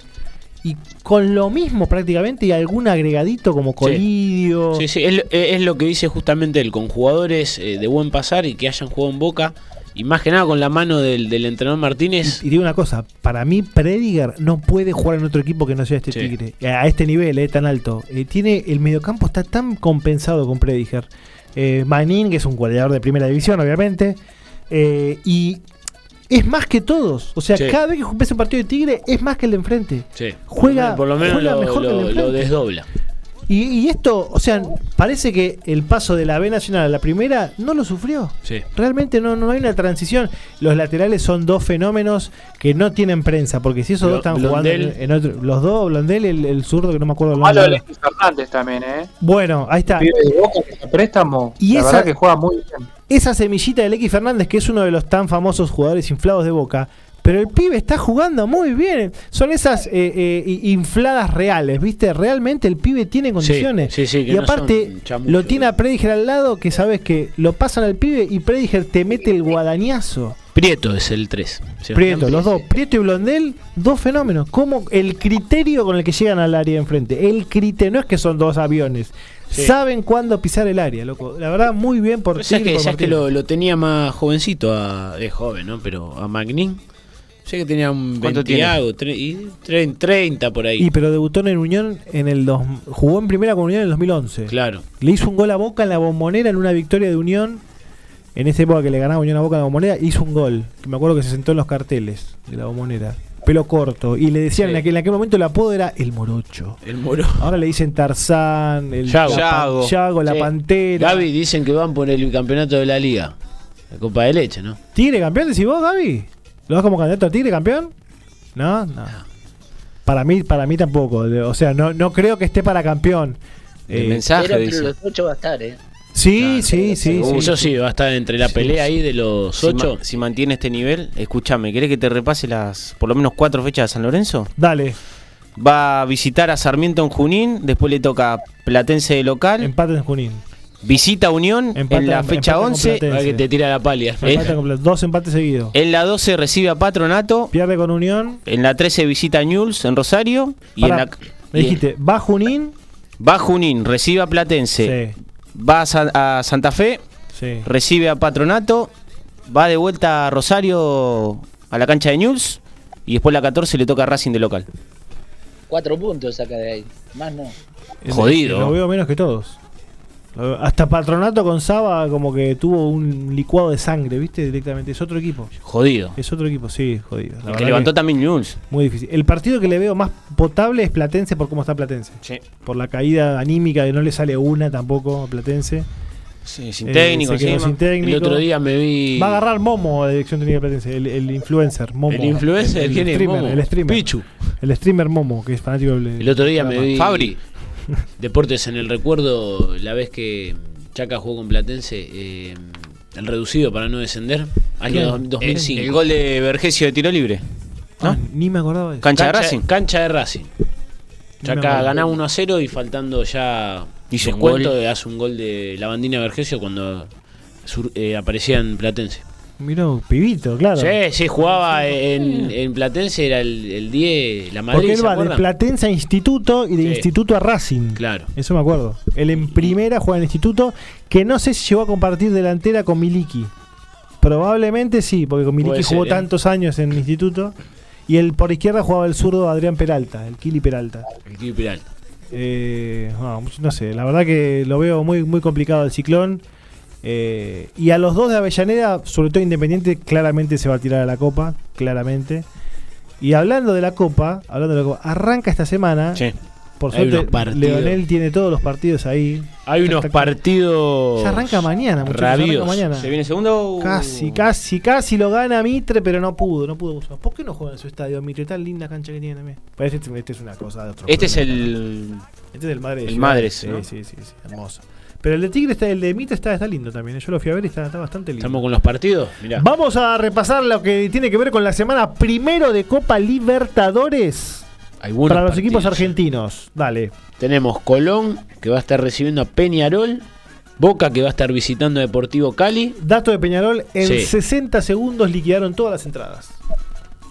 S1: y con lo mismo prácticamente y algún agregadito como Colidio.
S3: Sí, sí, es, lo- eh, es lo que dice justamente él, con jugadores eh, de buen pasar y que hayan jugado en Boca, y más que nada con la mano del, del entrenador Martínez.
S1: Y digo una cosa, para mí Prediger no puede jugar en otro equipo que no sea este
S3: Sí.
S1: Tigre, a este nivel, eh, tan alto. Eh, tiene El mediocampo está tan compensado con Prediger. Eh, Manin, que es un goleador de primera división, obviamente. Eh, y es más que todos. O sea,
S3: Sí.
S1: cada vez que ves un partido de Tigre, es más que el de enfrente.
S3: Sí.
S1: Juega-
S3: por lo menos
S1: juega
S3: lo,
S1: mejor que
S3: lo-
S1: el enfrente.
S3: lo desdobla.
S1: Y, y esto, o sea, parece que el paso de la B Nacional a la primera no lo sufrió.
S3: Sí.
S1: Realmente no, no hay una transición. Los laterales son dos fenómenos que no tienen prensa, porque si esos
S3: Blo-
S1: dos están
S3: Blondel. Ah,
S1: jugando en, en otro, los dos, Blondel, el, el zurdo que no me acuerdo el nombre.
S4: Malo Alexis Fernández también, ¿eh?
S1: Bueno, ahí está.
S4: Pibe de Boca que está a préstamo.
S1: Ah. Y
S4: la
S1: esa-
S4: verdad que juega muy bien.
S1: Esa semillita del X Fernández, que es uno de los tan famosos jugadores inflados de Boca, pero el pibe está jugando muy bien. Son esas eh, eh, i- infladas reales, ¿viste? Realmente el pibe tiene condiciones.
S3: sí, sí, que
S1: y
S3: no
S1: aparte,
S3: son chamuchos.
S1: lo tiene a Prediger al lado, que sabes que lo pasan al pibe y Prediger te mete el guadañazo.
S3: Prieto es el 3.
S1: Prieto, los dos, Prieto y Blondel, dos fenómenos. Como el criterio con el que llegan al área de enfrente. El criterio, no es que son dos aviones.
S3: Sí. Pues
S1: Saben cuándo pisar el área, loco. La verdad, muy bien por Tigre y
S3: que,
S1: por
S3: sabés que
S1: Martínez.
S3: lo, lo tenía más jovencito, a, es joven, ¿no? Pero a Magnin. Sé que tenía un
S2: ¿Cuánto
S3: 20
S2: tiene?
S3: algo, tre- y tre- 30 por ahí.
S1: Y pero debutó en Unión en el dos, jugó en primera con Unión en el 2011.
S3: Claro.
S1: Le hizo un gol a Boca en la Bombonera en una victoria de Unión. En esa época que le ganaba Unión a Boca en la Bombonera, hizo un gol. Que me acuerdo que se sentó en los carteles de la Bombonera. Pelo corto. Y le decían
S3: Sí.
S1: en, aquel, en aquel momento el apodo era el morocho.
S3: El moro.
S1: Ahora le dicen Tarzán, el
S3: Yago.
S1: la, pan-
S2: Yago.
S1: Yago, la
S3: Sí.
S1: Pantera.
S3: Gaby dicen que van por el campeonato de la liga. La copa de leche, ¿no?
S1: ¿Tigre campeón decís vos, Gaby? ¿Lo vas como candidato a Tigre campeón? No, no. Para mí, para mí tampoco. De- O sea, no, no creo que esté para campeón.
S2: El
S1: Eh,
S2: mensaje
S5: Pero entre
S2: dice.
S5: los ocho va a estar, ¿eh?
S1: sí, sí, sí,
S3: Uh,
S1: sí.
S3: Eso sí, va a estar entre la
S1: Sí,
S3: pelea ahí de los
S2: Si, ma-
S3: ocho.
S2: si mantiene este nivel, escúchame, ¿querés que te repase las por lo menos cuatro fechas de San Lorenzo?
S1: Dale,
S2: Va a visitar a Sarmiento en Junín, después le toca Platense de local,
S1: empate en Junín.
S2: visita Unión
S1: Em- Empata-
S2: en la fecha
S1: empata con
S2: 11,
S1: Platense.
S3: Va que te tira la palia.
S2: Eh.
S1: Empate con Pla- dos empates seguidos.
S2: en la 12 recibe a Patronato,
S1: Pierde con Unión.
S2: en la 13 visita a Newell's en Rosario y
S1: Pará,
S2: en la
S1: me
S2: y-
S1: dijiste, va Junín.
S2: va a Junín, recibe a Platense,
S1: Sí,
S2: va a, San- a Santa Fe,
S1: sí.
S2: recibe a Patronato, va de vuelta a Rosario a la cancha de Newell's y después la 14 le toca a Racing de local.
S5: Cuatro puntos saca de ahí. Más no.
S2: Jodido.
S1: Lo veo menos que todos. Lo veo- Hasta Patronato con Saba como que tuvo un licuado de sangre, ¿viste? Directamente. Es otro equipo.
S2: Jodido.
S1: Es otro equipo, sí, jodido. La
S2: El que
S1: verdad
S2: levantó
S1: que
S2: también Newell's.
S1: muy difícil. El partido que le veo más potable es Platense por cómo está Platense. Por la caída anímica que no le sale una tampoco a Platense.
S2: Sí, sin
S1: Eh,
S2: técnico,
S1: se quedó
S2: encima.
S1: sin técnico.
S3: El otro día me vi.
S1: Va a agarrar Momo de Dirección Técnica Platense, el, el influencer Momo.
S3: El influencer,
S1: el,
S3: ¿quién es?
S1: streamer,
S3: Momo?
S1: el streamer.
S3: Pichu.
S1: El streamer Momo, que es fanático del.
S3: El otro día me
S1: programa.
S3: vi.
S2: Fabri.
S3: Deportes en el recuerdo, la vez que Chaca jugó con Platense, eh, el reducido para no descender, año dos- 2005.
S2: El gol de Vergesio de tiro libre.
S1: Ah, Ni me acordaba de eso.
S2: Cancha de Racing.
S3: Cancha de Racing.
S1: No me
S3: Chaca
S1: acuerdo.
S3: ganaba 1 a 0 y faltando ya.
S2: Hizo un
S3: descuento,
S2: gol.
S3: Hace un gol de Lavandina Vergesio cuando sur- eh, aparecía en Platense.
S1: Mirá, un pibito, claro.
S3: Sí, sí, jugaba en, en Platense, era el, el 10, la Madrid.
S1: Porque él
S3: ¿se
S1: va de
S3: acuerdan?
S1: Platense a Instituto y de
S3: Sí.
S1: Instituto a Racing.
S3: Claro.
S1: Eso me acuerdo. Él en primera juega en Instituto, que no sé si llegó a compartir delantera con Miliki. Probablemente sí, porque con Miliki
S3: Puede
S1: jugó
S3: ser, ¿eh?
S1: tantos años en Instituto. Y el por izquierda jugaba el zurdo Adrián Peralta, el Kili Peralta.
S3: El Kili Peralta.
S1: Eh, no, no sé, la verdad que lo veo muy, muy complicado el ciclón. Eh, y a los dos de Avellaneda, sobre todo Independiente, claramente se va a tirar a la copa, claramente. Y hablando de la copa, hablando de la copa, arranca esta semana.
S2: Sí.
S1: Por
S3: Hay
S1: suerte,
S3: unos partidos.
S1: Leonel tiene todos los partidos ahí.
S3: Hay unos
S1: Espectacular.
S3: partidos.
S1: Ya arranca mañana, muchachos. ya
S3: Rabioso.
S1: Arranca mañana.
S2: Oh,
S1: Uh.
S2: ¿Se viene segundo? Uh.
S1: Casi, casi, casi lo gana Mitre, pero no pudo, no pudo. ¿Por qué no juega en su estadio Mitre? Tan linda cancha que tiene también. Parece que este es una cosa de otro
S2: Este es
S1: planeta.
S2: el.
S1: Este es el madre de
S2: El
S1: Ciudad.
S2: Madres,
S1: sí,
S2: ¿no?
S1: sí, sí, sí, hermoso. Pero el de Tigre, está, el de Mitre está, está lindo también. ¿eh? Yo lo fui a ver y está, está bastante lindo.
S3: Estamos con los partidos. Mirá.
S1: Vamos a repasar lo que tiene que ver con la semana primero de Copa Libertadores
S3: Hay buenos
S1: para los
S3: partidos.
S1: equipos argentinos. Dale.
S3: Tenemos Colón, que va a estar recibiendo a Peñarol. Boca, que va a estar visitando a Deportivo Cali.
S1: Dato de Peñarol, en
S3: Sí.
S1: 60 segundos liquidaron todas las entradas.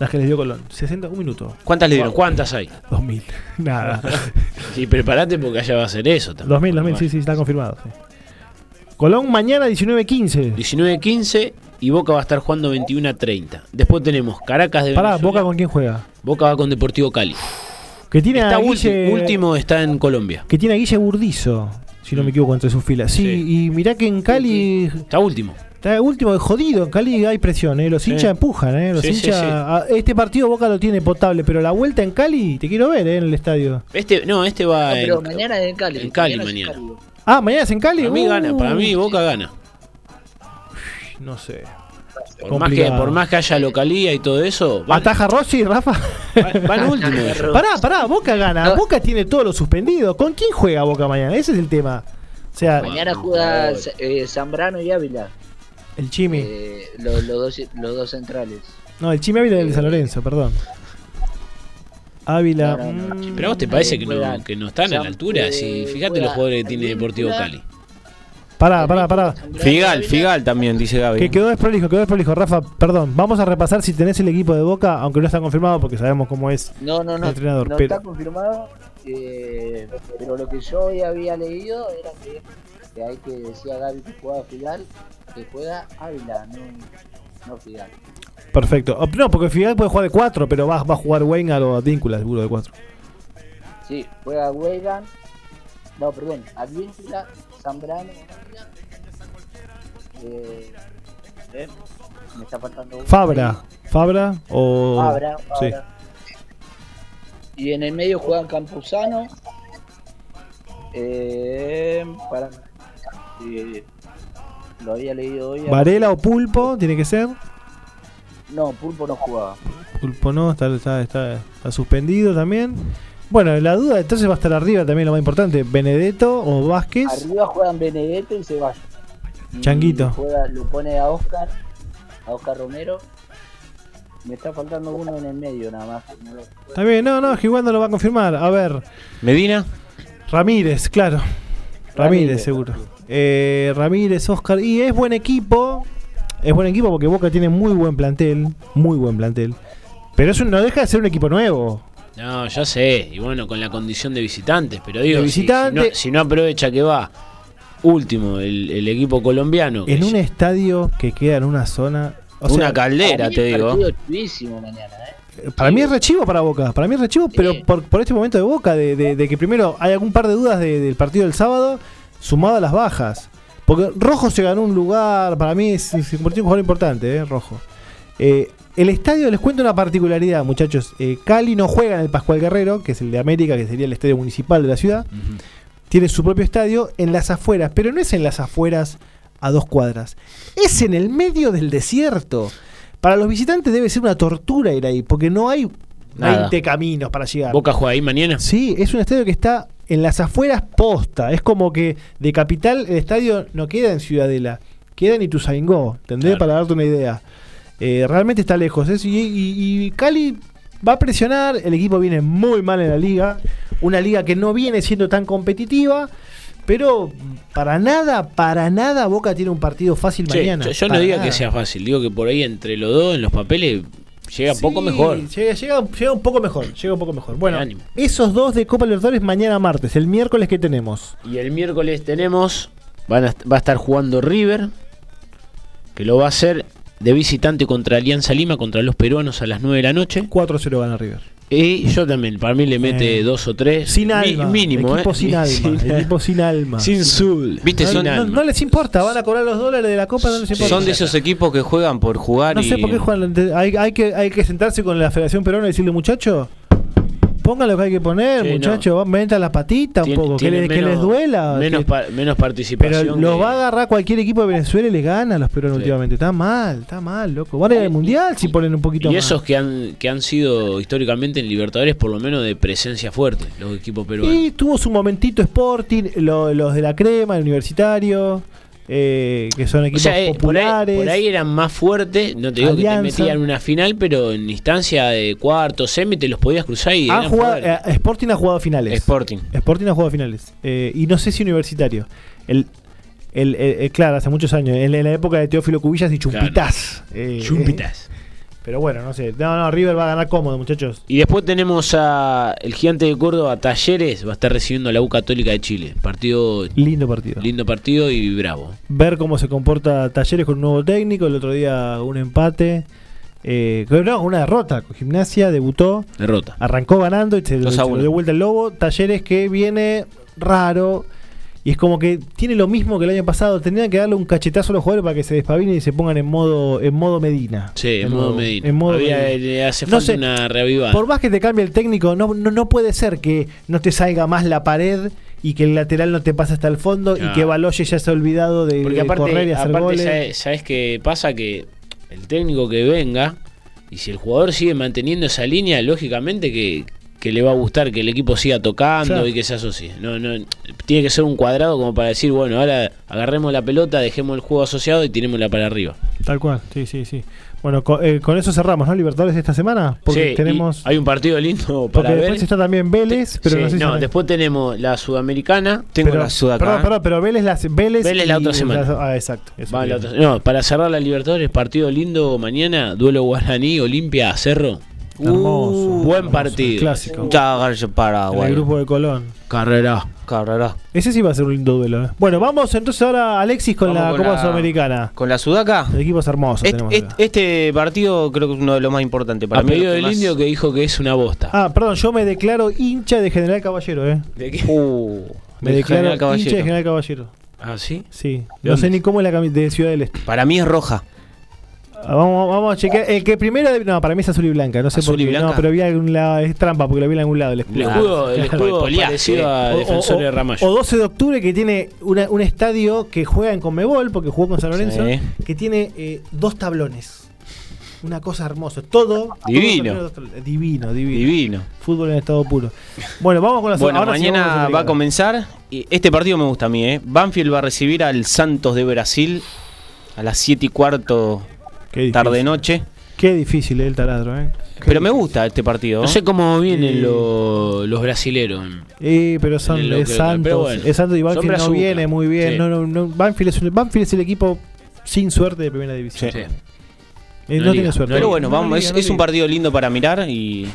S1: Las que les dio Colón. 60, un minuto.
S2: ¿Cuántas le dieron?
S3: ¿Cuántas hay?
S1: 2000. Nada.
S3: Y prepárate porque allá va a ser eso también.
S1: 2000, 2000, sí, sí, está confirmado. sí. Colón mañana 19-15.
S3: 19-15 y Boca va a estar jugando 21 a 30. Después tenemos Caracas de
S1: Pará,
S3: Venezuela.
S1: Boca con quién juega.
S3: Boca va con Deportivo Cali.
S1: Que tiene
S3: Está
S1: a
S3: ulti-
S1: Guille-
S3: último está en Colombia.
S1: Que tiene a Guille Burdizo, si no me equivoco, entre sus filas. Sí, y mirá que en Cali
S3: Está último.
S1: está último, jodido. En Cali hay presión, ¿eh? los
S3: Sí.
S1: hinchas empujan. ¿eh? Los
S3: Sí, sí,
S1: hinchas,
S3: sí.
S1: a- Este partido Boca lo tiene potable, pero la vuelta en Cali te quiero ver ¿eh? en el estadio.
S3: Este, no, este va
S5: No, pero
S3: en,
S5: mañana es en Cali.
S3: en Cali
S5: es
S3: mañana.
S1: Ah, mañana es en Cali.
S3: Para mí
S1: Uh,
S3: gana, para mí Boca gana.
S1: No sé.
S3: Por más, que,
S1: Complicado.
S3: por más que haya localía y todo eso, van,
S1: ¿Ataja Rossi, Rafa?
S3: van- van último. ellos.
S1: pará, pará, Boca gana.
S5: No.
S1: Boca tiene todo lo suspendido. ¿Con quién juega Boca mañana? Ese es el tema. O sea,
S5: Mañana juega eh, Zambrano y Ávila.
S1: el Chimi.
S5: eh, lo- los, dos, los dos centrales.
S1: no, el Chimi Ávila del San Lorenzo, perdón. Ávila.
S5: No, no, no,
S1: mm.
S3: Pero a vos te parece que no,
S5: Juegan.
S3: que no están a la altura. Si, fíjate los jugadores que tiene Deportivo Cali.
S1: Pará, Ah, pará, pará.
S2: Figal,
S5: Ávila.
S2: Figal también, dice Gaby.
S1: Que quedó desprolijo, quedó desprolijo, Rafa. Perdón, vamos a repasar si tenés el equipo de Boca, aunque no está confirmado porque sabemos cómo es.
S5: No, no, no.
S1: Entrenador,
S5: no
S1: pero-
S5: está confirmado. eh, pero lo que yo hoy había leído era que, que hay que decía Gaby que jugaba Figal, que juega Ávila, no, no Figal.
S1: Perfecto. O- No, porque Fidel puede jugar de 4, pero va, va a jugar Wenger o Advíncula, seguro de 4.
S5: Sí, juega Weigan. No, perdón, Advíncula, Zambrano. Ávila, Eh, eh, me está faltando uno.
S1: Fabra. Fabra o.
S5: Fabra,
S1: Sí.
S5: Fabra. Y en el medio juegan Campuzano. Eh, para, eh, lo había leído hoy.
S1: Varela o Pulpo, tiene que ser.
S5: No, Pulpo no jugaba.
S1: Pulpo no, está, está, está, está suspendido también. Bueno, la duda entonces va a estar arriba también lo más importante. Benedetto o Vázquez.
S5: Arriba juegan Benedetto y Ceballos. Y
S1: Changuito.
S5: juega- lo pone a Oscar, a Oscar Romero. Me está faltando uno en el medio nada más. No lo-
S1: Está bien, no, no, es que igual no lo va a confirmar. A ver,
S2: Medina.
S1: Ramírez, claro. Ramírez,
S5: Ramírez.
S1: seguro. Eh, Ramírez, Oscar. Y es buen equipo. Es buen equipo porque Boca tiene muy buen plantel. Muy buen plantel. Pero eso no deja de ser un equipo nuevo.
S3: No, ya sé. Y bueno, con la condición de visitantes. Pero digo,
S1: De
S3: si-
S1: visitante.
S3: si, no, si no aprovecha que va último el, el equipo colombiano. que
S1: En
S3: es
S1: un estadio que queda en una zona. o
S2: una
S1: sea,
S2: caldera, te
S5: Para mí es
S2: digo.
S5: partido chivísimo mañana, ¿eh?
S1: Para mí es rechivo para Boca, para mí es rechivo, pero
S5: Sí.
S1: por, por este momento de Boca, de, de- de que primero hay algún par de dudas de- del partido del sábado, sumado a las bajas. Porque Rojo se ganó un lugar, para mí se, se convirtió en un jugador importante, eh, Rojo. Eh, el estadio, les cuento una particularidad, muchachos. Eh, Cali no juega en el Pascual Guerrero, que es el de América, que sería el estadio municipal de la ciudad. tiene su propio estadio en las afueras, pero no es en las afueras a dos cuadras, es en el medio del desierto. Para los visitantes debe ser una tortura ir ahí, porque no hay
S3: Nada.
S1: 20 caminos para llegar.
S3: Boca juega ahí mañana.
S1: Sí, es un estadio que está en las afueras posta. Es como que de capital el estadio no queda en Ciudadela, queda en Ituzaingó, ¿entendés?
S3: Claro.
S1: Para darte una idea. Eh, realmente está lejos. es- y, y- y Cali va a presionar, el equipo viene muy mal en la liga, una liga que no viene siendo tan competitiva. Pero para nada, para nada Boca tiene un partido fácil
S3: Che,
S1: mañana.
S3: yo, yo no
S1: para
S3: diga que
S1: nada.
S3: sea fácil, digo que por ahí entre los dos en los papeles llega
S1: Sí,
S3: poco mejor.
S1: Llega, llega- llega un poco mejor, llega un poco mejor. Bueno,
S3: ánimo.
S1: esos dos de Copa Libertadores mañana martes, el miércoles que tenemos.
S3: Y el miércoles tenemos, van a est- va a estar jugando River, que lo va a hacer de visitante contra Alianza Lima, contra los peruanos a las 9 de la noche.
S1: 4-0 gana River.
S3: Y yo también, para mí le mete
S1: Eh,
S3: dos o tres.
S1: Sin
S3: Mi-
S1: alma.
S3: mínimo,
S1: equipo
S3: eh.
S1: sin alma.
S3: Sin,
S1: equipo sin alma.
S3: sin sul.
S2: Viste,
S1: no,
S2: son-
S1: no- no les importa, van a cobrar los dólares de la Copa, no les importa.
S2: Son de esos equipos que juegan por jugar
S1: No
S2: y
S1: sé por qué Juan, hay, hay que, hay que sentarse con la Federación Peruana y decirle, muchacho, pongan lo que hay que poner,
S3: Sí, no.
S1: muchacho, va- metan la patita un poco, que, le- que les duela.
S3: Menos,
S1: que-
S3: pa- menos participación.
S1: pero los
S3: que-
S1: va a agarrar cualquier equipo de Venezuela y les gana a los peruanos
S3: Sí.
S1: últimamente. Está mal, está mal, loco. Van a ir al Mundial si ponen un poquito
S3: Y
S1: más.
S3: esos que han, que han sido históricamente en Libertadores, por lo menos de presencia fuerte, los equipos peruanos.
S1: Y tuvo su momentito Sporting, lo- los de la crema, el universitario, eh, que son
S3: O
S1: equipos
S3: sea, eh, por, ahí,
S1: populares.
S3: por ahí eran más fuertes, no te digo que
S1: Alianza.
S3: te metían en una final, pero en instancia de cuarto, semi, te los podías cruzar y
S1: Han
S3: eran
S1: jugado-
S3: fuertes.
S1: eh, Sporting ha jugado finales.
S2: Sporting.
S1: Sporting ha jugado finales. Eh, y no sé si universitario. El, el- el- el- claro, hace muchos años. En, en la época de Teófilo Cubillas y Chumpitas.
S3: Chumpitas.
S1: pero bueno, no sé. No, no, River va a ganar cómodo, muchachos.
S3: Y después tenemos a el gigante de Córdoba, Talleres, va a estar recibiendo a la U Católica de Chile. Partido,
S1: Lindo partido.
S3: lindo partido y bravo.
S1: ver cómo se comporta Talleres con un nuevo técnico. El otro día un empate. Eh, no, una derrota. con Gimnasia debutó,
S3: Derrota.
S1: arrancó ganando y se,
S2: Dos
S1: se
S2: a
S1: lo
S2: uno.
S1: dio vuelta el lobo. Talleres que viene raro. Y es como que tiene lo mismo que el año pasado. Tendrían que darle un cachetazo a los jugadores para que se despabilen y se pongan en modo, en modo Medina.
S3: Sí,
S1: De
S3: en modo
S1: nuevo,
S3: Medina.
S1: en modo
S3: Había-
S1: Medina.
S3: le hace
S1: No
S3: falta
S1: sé,
S3: una reavivada.
S1: Por más que te cambie el técnico, no, no, no puede ser que no te salga más la pared y que el lateral no te pase hasta el fondo y
S3: Claro.
S1: que Baloye ya se ha olvidado de,
S3: Porque
S1: de eh, correr y
S3: aparte,
S1: hacer
S3: aparte
S1: goles.
S3: sabes, sabes qué pasa que el técnico que venga y si el jugador sigue manteniendo esa línea, lógicamente que, que le va a gustar que el equipo siga tocando
S1: Claro.
S3: y que se asocie. No, no, tiene que ser un cuadrado como para decir, bueno, ahora agarremos la pelota, dejemos el juego asociado y tirémosla para arriba.
S1: Tal cual, sí, sí, sí. Bueno, co- eh, con eso cerramos, ¿no? Libertadores esta semana. Porque
S3: Sí,
S1: tenemos.
S3: y Hay un partido lindo para
S1: Porque
S3: ver.
S1: después está también Vélez, pero
S3: Sí,
S1: no sé si.
S3: no, después tenemos la sudamericana.
S2: Tengo
S1: pero,
S2: la ciudad acá.
S1: Perdón, perdón, pero Vélez, las, Vélez,
S3: Vélez la otra semana.
S1: ah, exacto. eso
S3: Va, la
S1: bien.
S3: otra- no, para cerrar la Libertadores, partido lindo mañana, duelo Guaraní, Olimpia, Cerro.
S1: Hermoso.
S3: Uh, buen
S1: hermoso,
S3: partido.
S1: Clásico.
S2: Ya, García
S1: En el
S2: Paraguay.
S1: grupo de Colón.
S3: Carrera.
S2: Cabrera.
S1: Ese sí va a ser un lindo duelo. ¿eh? Bueno, vamos entonces ahora, Alexis, con la
S2: Vamos
S1: Copa Sudamericana.
S2: Con la Sudaca.
S1: El equipo es hermoso.
S2: Este,
S1: tenemos acá.
S2: este- este partido creo que es uno de los más importantes para
S3: A
S2: mí,
S3: pedido
S2: lo que
S3: del
S2: más-
S3: indio que dijo que es una bosta.
S1: Ah, perdón, yo me declaro hincha de General Caballero, ¿eh?
S3: ¿De qué?
S2: Uh,
S1: Me
S2: del
S1: declaro
S2: General Caballero.
S1: hincha de General Caballero.
S3: ¿Ah, sí?
S1: Sí.
S3: ¿De
S1: No
S3: dónde
S1: sé
S3: es?
S1: ni cómo es la camiseta de Ciudad del Este.
S2: Para mí es roja.
S1: Ah, Vamos, vamos a chequear. El que primero. No, para mí es azul y blanca. No sé
S2: ¿Azul
S1: por
S2: y
S1: qué. No,
S2: blanca?
S1: pero vi algún lado. Es trampa porque lo vi en algún lado. El escudo.
S3: El escudo, el escudo
S2: Poliaje.
S3: parecido a
S1: O- o-
S3: Defensor
S1: o-
S3: de Ramallo.
S1: O 12 de octubre que tiene una- un estadio que juega en Conmebol, porque jugó con San Lorenzo,
S2: Sí.
S1: que tiene eh, dos tablones. Una cosa hermosa. Todo.
S2: Divino.
S1: todo tablones, divino, divino.
S2: Divino.
S1: Fútbol en estado puro. Bueno, vamos con la
S2: Bueno,
S1: ahora sí vamos
S2: mañana
S1: la
S2: va a comenzar. y Este partido me gusta a mí, ¿eh? Banfield va a recibir al Santos de Brasil a las 7 y cuarto
S1: Qué difícil.
S2: tarde-noche.
S1: Qué difícil eh, el taladro, ¿eh? Qué
S2: Pero me
S1: difícil.
S2: gusta este partido.
S3: No sé cómo vienen
S1: Sí.
S3: lo- los brasileros.
S1: Eh, pero son
S3: En el
S1: es
S3: local,
S1: Santos.
S3: pero bueno.
S1: es Santos y
S3: Son
S1: Banfield no
S3: brazucas.
S1: viene muy bien.
S3: Sí.
S1: No, no, no, Banfield, es un- Banfield es el equipo sin suerte de primera división.
S3: Sí.
S1: Eh,
S3: No
S1: no
S3: liga,
S1: tiene suerte.
S2: Pero
S3: No,
S2: bueno,
S1: No
S2: vamos,
S1: liga,
S2: es,
S1: no
S2: es un
S1: liga.
S2: partido lindo para mirar y.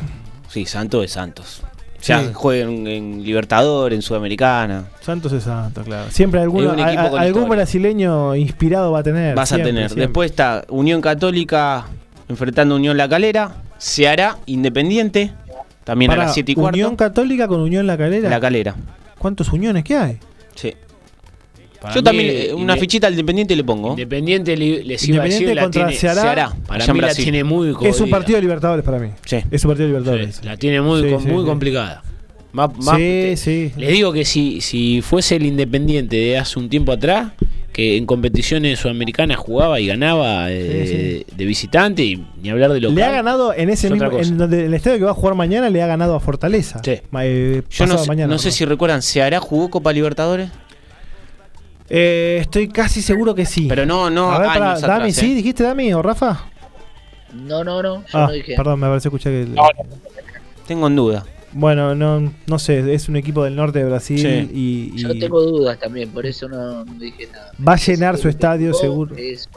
S2: Sí, Santos es Santos. O sea,
S1: Sí.
S2: jueguen en Libertador, en Sudamericana.
S1: Santos es Santos, claro. Siempre alguno-
S2: Es un
S1: a-
S2: equipo
S1: a-
S2: con
S1: algún
S2: historia.
S1: brasileño inspirado va a tener.
S2: Vas a
S1: siempre,
S2: tener.
S1: siempre.
S2: Después está Unión Católica enfrentando a Unión La Calera. Ceará Independiente. También
S1: Pará,
S2: a las 7 y cuarto.
S1: Unión Católica con Unión La Calera.
S2: La Calera.
S1: ¿Cuántos uniones que hay?
S2: Sí.
S3: Para
S2: Yo
S3: mí,
S2: también eh, una
S3: inde-
S2: fichita al Independiente le pongo.
S3: Independiente li- les iba a decir,
S1: Independiente
S3: la
S1: contra
S3: tiene,
S1: Ceará.
S3: Para
S2: allá en
S3: mí la
S2: Brasil.
S3: tiene muy
S1: Es un
S3: jodida.
S1: partido de Libertadores para mí.
S2: Sí.
S1: Es un partido de
S3: Sí,
S1: Libertadores.
S3: la tiene muy,
S1: Sí,
S3: com-
S1: sí,
S3: muy
S1: sí.
S3: complicada. Más, más- te-
S1: sí, sí.
S3: Les digo que si, si fuese el Independiente de hace un tiempo atrás, que en competiciones sudamericanas jugaba y ganaba eh,
S1: Sí,
S3: de visitante, y ni hablar de local.
S1: Le ha ganado en ese
S3: es
S1: mismo.
S3: otra cosa.
S1: En donde, en el estadio que va a jugar mañana le ha ganado a Fortaleza.
S3: Sí.
S1: Ma- eh,
S2: Yo no
S1: pasado
S2: sé,
S1: mañana,
S2: no sé
S1: perdón.
S2: si recuerdan, ¿Ceará jugó Copa Libertadores?
S1: Eh, estoy casi seguro que sí.
S2: Pero no, no,
S1: a ver,
S2: años
S1: pará,
S2: atrás,
S1: Dami,
S2: eh.
S1: ¿sí? ¿Dijiste Dami o Rafa?
S5: No, no, no, yo
S1: Ah,
S5: no dije.
S1: perdón, me parece escuchar que.
S4: No, no.
S2: Tengo en duda.
S1: Bueno, no, no sé, es un equipo del norte de Brasil
S2: Sí.
S1: y, y
S5: Yo tengo dudas también, por eso no, no dije nada.
S1: va a llenar su
S5: El
S1: estadio
S5: equipo
S1: seguro.
S5: es-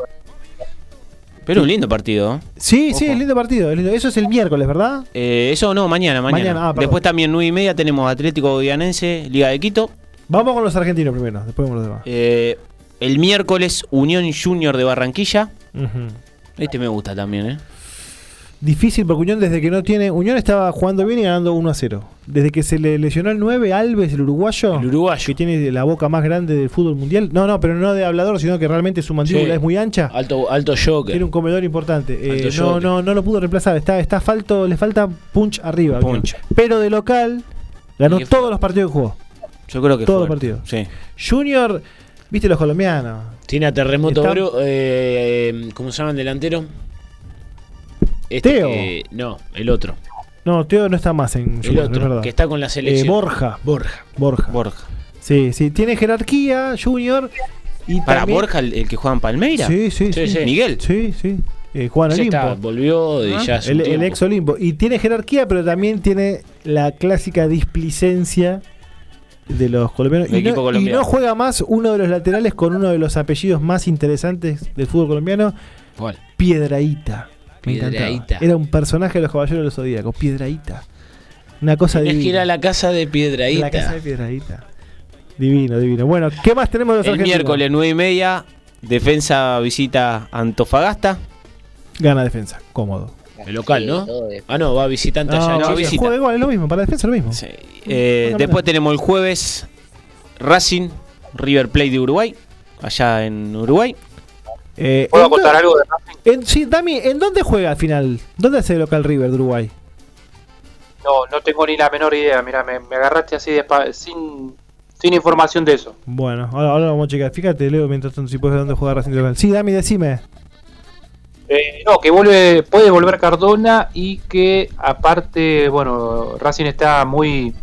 S2: Pero un lindo partido. ¿eh?
S1: Sí, sí,
S2: Ojo.
S1: es lindo partido. es lindo. Eso es el miércoles, ¿verdad?
S2: Eh, eso no, mañana, mañana.
S1: Mañana, ah, perdón.
S2: Después también 9 y media tenemos Atlético Guianense, Liga de Quito.
S1: Vamos con los argentinos primero, después con los demás.
S2: Eh, el miércoles Unión Junior de Barranquilla.
S1: Ujú.
S2: Este me gusta también, ¿eh?
S1: Difícil porque Unión desde que no tiene. Unión estaba jugando bien y ganando 1 a 0. Desde que se le lesionó el 9, Alves, el uruguayo,
S3: El uruguayo.
S1: que tiene la boca más grande del fútbol mundial. No, no, pero no de hablador, sino que realmente su mandíbula
S3: Sí. Ah,
S1: es muy ancha.
S3: Alto, alto joker.
S1: Tiene un comedor importante. Eh,
S3: Alto
S1: no,
S3: jockey.
S1: no, no lo pudo reemplazar. Está, está falto, le falta punch arriba.
S2: Punch.
S1: Pero de local ganó
S2: Y que-
S1: todos los partidos que jugó.
S2: Yo creo que
S1: Todo
S2: fuerte.
S1: partido.
S2: Sí.
S1: Junior, viste los colombianos.
S3: Tiene a Terremoto
S1: Está-
S3: Oro, eh, ¿Cómo se llama el delantero? Este
S1: Teo.
S3: que- no, el otro.
S1: No, Teo no está más en
S3: El
S1: Junior, es
S3: otro,
S1: verdad.
S3: que está con la
S1: Eh,
S3: selección.
S1: Borja,
S3: Borja.
S1: Borja.
S2: Borja.
S1: Sí, sí, tiene jerarquía, Junior. Y
S2: Para
S1: también-
S2: Borja, el, el que juega en Palmeira.
S1: Sí, sí, sí.
S3: Sí, sí.
S2: Miguel.
S1: Sí, sí. Eh, Juan
S3: Ya está,
S1: Olimpo.
S3: volvió y
S2: Ah.
S3: ya hace un
S1: El, el
S3: tiempo.
S1: ex Olimpo. Y tiene jerarquía, pero también tiene la clásica displicencia de los colombianos.
S2: Del
S1: Y no,
S2: equipo
S1: y
S2: colombiano.
S1: no juega más uno de los laterales con uno de los apellidos más interesantes del fútbol colombiano,
S3: ¿Cuál?
S1: Piedraíta. Me
S3: Piedrahíta.
S1: encantaba. Era un personaje de los Caballeros de los Zodíacos, Piedraíta. Una cosa
S3: Tenés
S1: divina.
S3: que ir a la casa de Piedraíta.
S1: La casa de Piedraíta. Divino, divino. Bueno, ¿qué más tenemos los
S2: El
S1: argentinos?
S2: miércoles 9 y media, Defensa visita Antofagasta.
S1: Gana defensa, cómodo.
S3: El local, ¿no?
S5: Sí, todo de-
S3: Ah, no, va visitante
S1: No,
S3: allá. en
S2: no,
S1: sí,
S3: Chile.
S2: visita.
S1: juega igual, es lo mismo, para la defensa es lo mismo.
S2: Sí. Eh,
S1: Bueno,
S2: después
S1: mira.
S2: tenemos el jueves Racing, River Plate de Uruguay, allá en Uruguay.
S1: Eh,
S4: ¿Puedo
S1: ¿en
S4: acotar
S1: dó-
S4: algo de Racing?
S1: en- sí, Dami, ¿en dónde juega al final? ¿Dónde hace el local River de Uruguay?
S4: No, no tengo ni la menor idea. Mira, me, me agarraste así de espa- sin, sin información de eso.
S1: Bueno, ahora, ahora vamos a checar. Fíjate, Leo, mientras tanto, si puedes ver dónde juega Racing de local. Sí, Dami, decime.
S4: Eh, no, que vuelve, puede volver Cardona y que aparte, bueno, Racing está muy,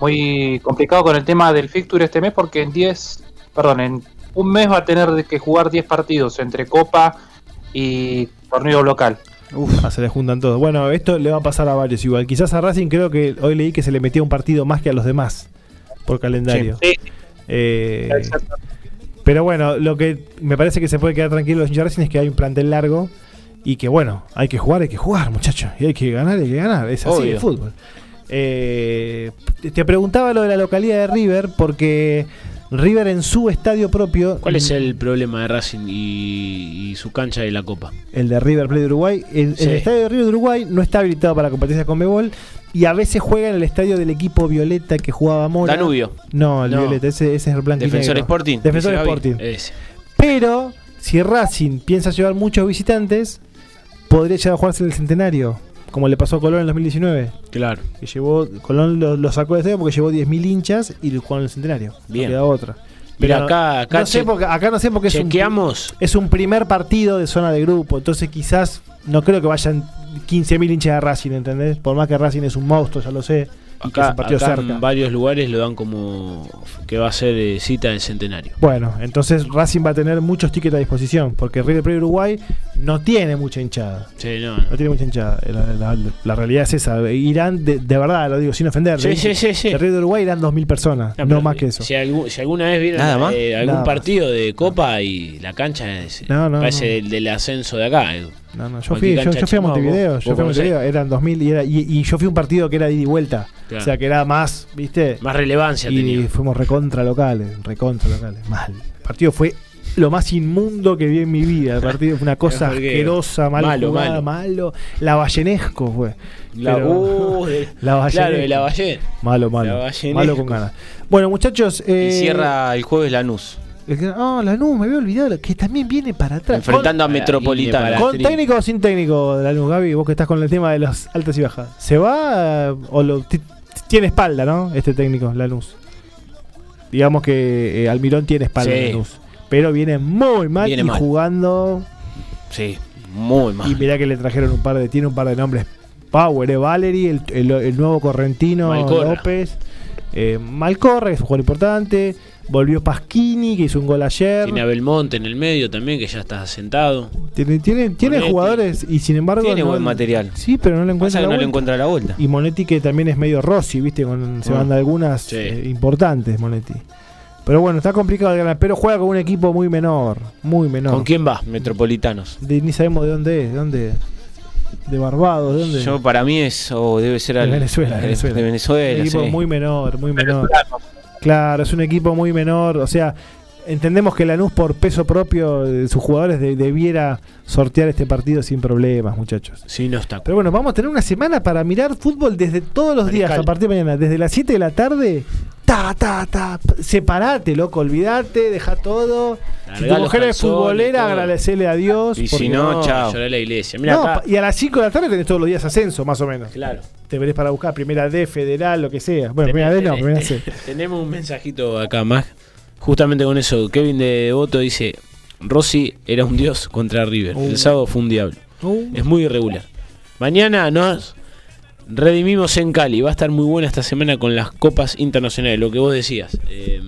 S4: muy complicado con el tema del fixture este mes porque en 10, perdón, en un mes va a tener de que jugar 10 partidos entre Copa y torneo local.
S1: Uf. Ah, se le juntan todos. Bueno, esto le va a pasar a varios igual. Quizás a Racing creo que hoy leí que se le metía un partido más que a los demás por calendario.
S4: Sí,
S1: Eh,
S4: exacto.
S1: Pero bueno, lo que me parece que se puede quedar tranquilo los hinchas de Racing es que hay un plantel largo y que bueno, hay que jugar, hay que jugar, muchachos. Y hay que ganar, hay que ganar. Es así
S2: Obvio.
S1: el fútbol. Eh, te- te preguntaba lo de la localidad de River porque River en su estadio propio,
S3: ¿Cuál
S2: Mm.
S3: es el problema de Racing y, y su cancha de la Copa?
S1: el de River Plate de Uruguay, el,
S3: Sí.
S1: el estadio de River de Uruguay no está habilitado para competencias con Mebol y a veces juega en el estadio del equipo Violeta que jugaba Mora.
S2: Danubio,
S1: No, el
S3: No.
S1: Violeta, ese, ese es el blanco y
S2: Defensor
S1: negro.
S2: Sporting,
S1: Defensor
S2: dice Gaby.
S1: Sporting.
S3: Ese.
S1: Pero si Racing piensa llevar muchos visitantes, podría llegar a jugarse en el centenario, como le pasó a Colón en el 2019.
S3: Claro.
S1: Que llevó, Colón lo, lo sacó de estadio porque llevó 10.000 hinchas y lo jugó en el centenario. No
S2: Bien.
S1: queda otra.
S3: Pero acá- acá
S1: no sé
S3: che-
S1: porque, acá no sé porque es un,
S3: Chequeamos.
S1: es un primer partido de zona de grupo. Entonces, quizás no creo que vayan 15.000 hinchas de Racing, ¿entendés? Por más que Racing es un monstruo, ya lo sé. Y que es
S3: Acá,
S1: un partido
S3: acá
S1: cerca.
S3: en varios lugares lo dan como que va a ser eh, cita del centenario.
S1: Bueno, entonces Racing va a tener muchos tickets a disposición, porque River Plate Uruguay no tiene mucha hinchada.
S3: Sí, no,
S1: No
S3: no.
S1: tiene mucha hinchada. Eh, La, la- la realidad es esa. Irán, de, de verdad, lo digo sin ofender.
S3: Sí,
S1: de-
S3: sí, sí, sí.
S1: de Río de Uruguay irán 2.000 personas, no,
S3: pero
S1: más que eso.
S3: Si, algu- si alguna vez vieron
S2: Nada más.
S3: eh, algún
S1: Nada más.
S3: partido de Copa y la cancha es,
S1: No, no,
S3: parece
S1: no.
S3: del, del ascenso de acá. eh.
S1: No, no, yo,
S3: Cualquier
S1: fui, yo,
S3: cancha
S1: yo fui a
S3: chimba,
S1: Montevideo,
S3: vos-
S1: yo fui
S3: vos
S1: a
S3: conocés.
S1: Montevideo, eran 2.000 y, era, y, y yo fui a un partido que era de ida y vuelta.
S3: Claro.
S1: O sea, que era más, ¿viste?
S3: Más relevancia
S1: y
S3: tenía.
S1: fuimos recontra locales, recontra locales, mal. El partido fue lo más inmundo que vi en mi vida. El partido fue una cosa
S3: Porque-
S1: asquerosa, mal
S3: Malo,
S1: jugada, malo.
S3: malo.
S1: La Vallenesco fue.
S3: La,
S1: Pero-
S3: uh, de-
S1: La
S3: claro, de
S1: Vallenesco.
S3: la Valle.
S1: Malo, malo.
S3: La Vallenesco.
S1: Malo con ganas. Bueno, muchachos. eh,
S2: y cierra el jueves Lanús,
S1: el que- Ah, Lanús, me había olvidado. Que también viene para atrás.
S2: enfrentando a
S3: Con-
S2: Metropolitana.
S3: Para-
S1: ¿Con
S3: Tri-
S1: técnico o sin técnico, Lanús, Gaby? Vos que estás con el tema de las altas y bajas. ¿Se va eh, o lo ti- ti- Tiene espalda, ¿no? Este técnico, Lanús. Digamos que eh, Almirón tiene espalda,
S2: Sí.
S1: Lanús. Pero viene muy mal
S2: Viene
S1: y
S2: mal.
S1: jugando.
S2: Sí, muy mal.
S1: Y mirá que le trajeron un par de. Tiene un par de nombres. Power, eh, Valery, el, el- el nuevo correntino
S3: Malcorra.
S1: López. Eh, Malcorra, que es un jugador importante. Volvió Pasquini, que hizo un gol ayer.
S3: Tiene a Belmonte en el medio también, que ya está sentado.
S1: Tiene, tiene, tiene
S3: Monetti.
S1: jugadores y sin embargo.
S2: Tiene buen material.
S1: Sí, pero no le encuentra.
S2: Pasa que
S1: la
S2: no le
S1: vuelta.
S2: encuentra la vuelta.
S1: Y Monetti que también es medio Rossi, ¿viste? Con, se
S2: Ah.
S1: manda algunas
S3: Sí.
S1: eh, importantes, Monetti. Pero bueno, está complicado de ganar. Pero juega con un equipo muy menor. Muy menor.
S3: ¿Con quién va?
S2: Metropolitanos.
S1: De- ni sabemos de dónde es. ¿De dónde? De Barbados, ¿de dónde?
S2: Yo para mí es o debe ser
S1: De
S2: al-
S1: Venezuela, de
S2: de
S1: Venezuela.
S2: de Venezuela,
S1: un equipo
S2: sí.
S1: muy menor, muy menor.
S4: Venezolano.
S1: Claro, es un equipo muy menor. O sea, entendemos que Lanús por peso propio de sus jugadores de- debiera sortear este partido sin problemas, muchachos.
S3: Sí, no está.
S1: Pero bueno, vamos a tener una semana para mirar fútbol desde todos los días,
S3: Mariscal.
S1: a partir de mañana, desde las 7 de la tarde. Ta, ta, ta. Separate, loco, olvidate, deja todo. si
S3: Largá
S1: tu
S3: los
S1: mujer es
S3: calzones,
S1: futbolera,
S3: todo.
S1: agradecele a Dios.
S2: Y
S1: porque-
S2: si no, chao.
S3: lloré la iglesia. Mira,
S1: No, pa- y a las 5 de la tarde tenés todos los días ascenso, más o menos.
S3: claro.
S1: Te verés para buscar primera D, federal, lo que sea. Bueno, primera D
S3: Tenés-
S1: no,
S3: tenés-
S1: primera C.
S3: Tenemos un mensajito acá, más Justamente con eso, Kevin de Voto dice: Rossi era un dios contra River.
S1: Uh.
S3: El sábado fue un diablo.
S1: Uh.
S3: Es muy irregular. Mañana nos redimimos en Cali. Va a estar muy buena esta semana con las copas internacionales. Lo que vos decías. eh,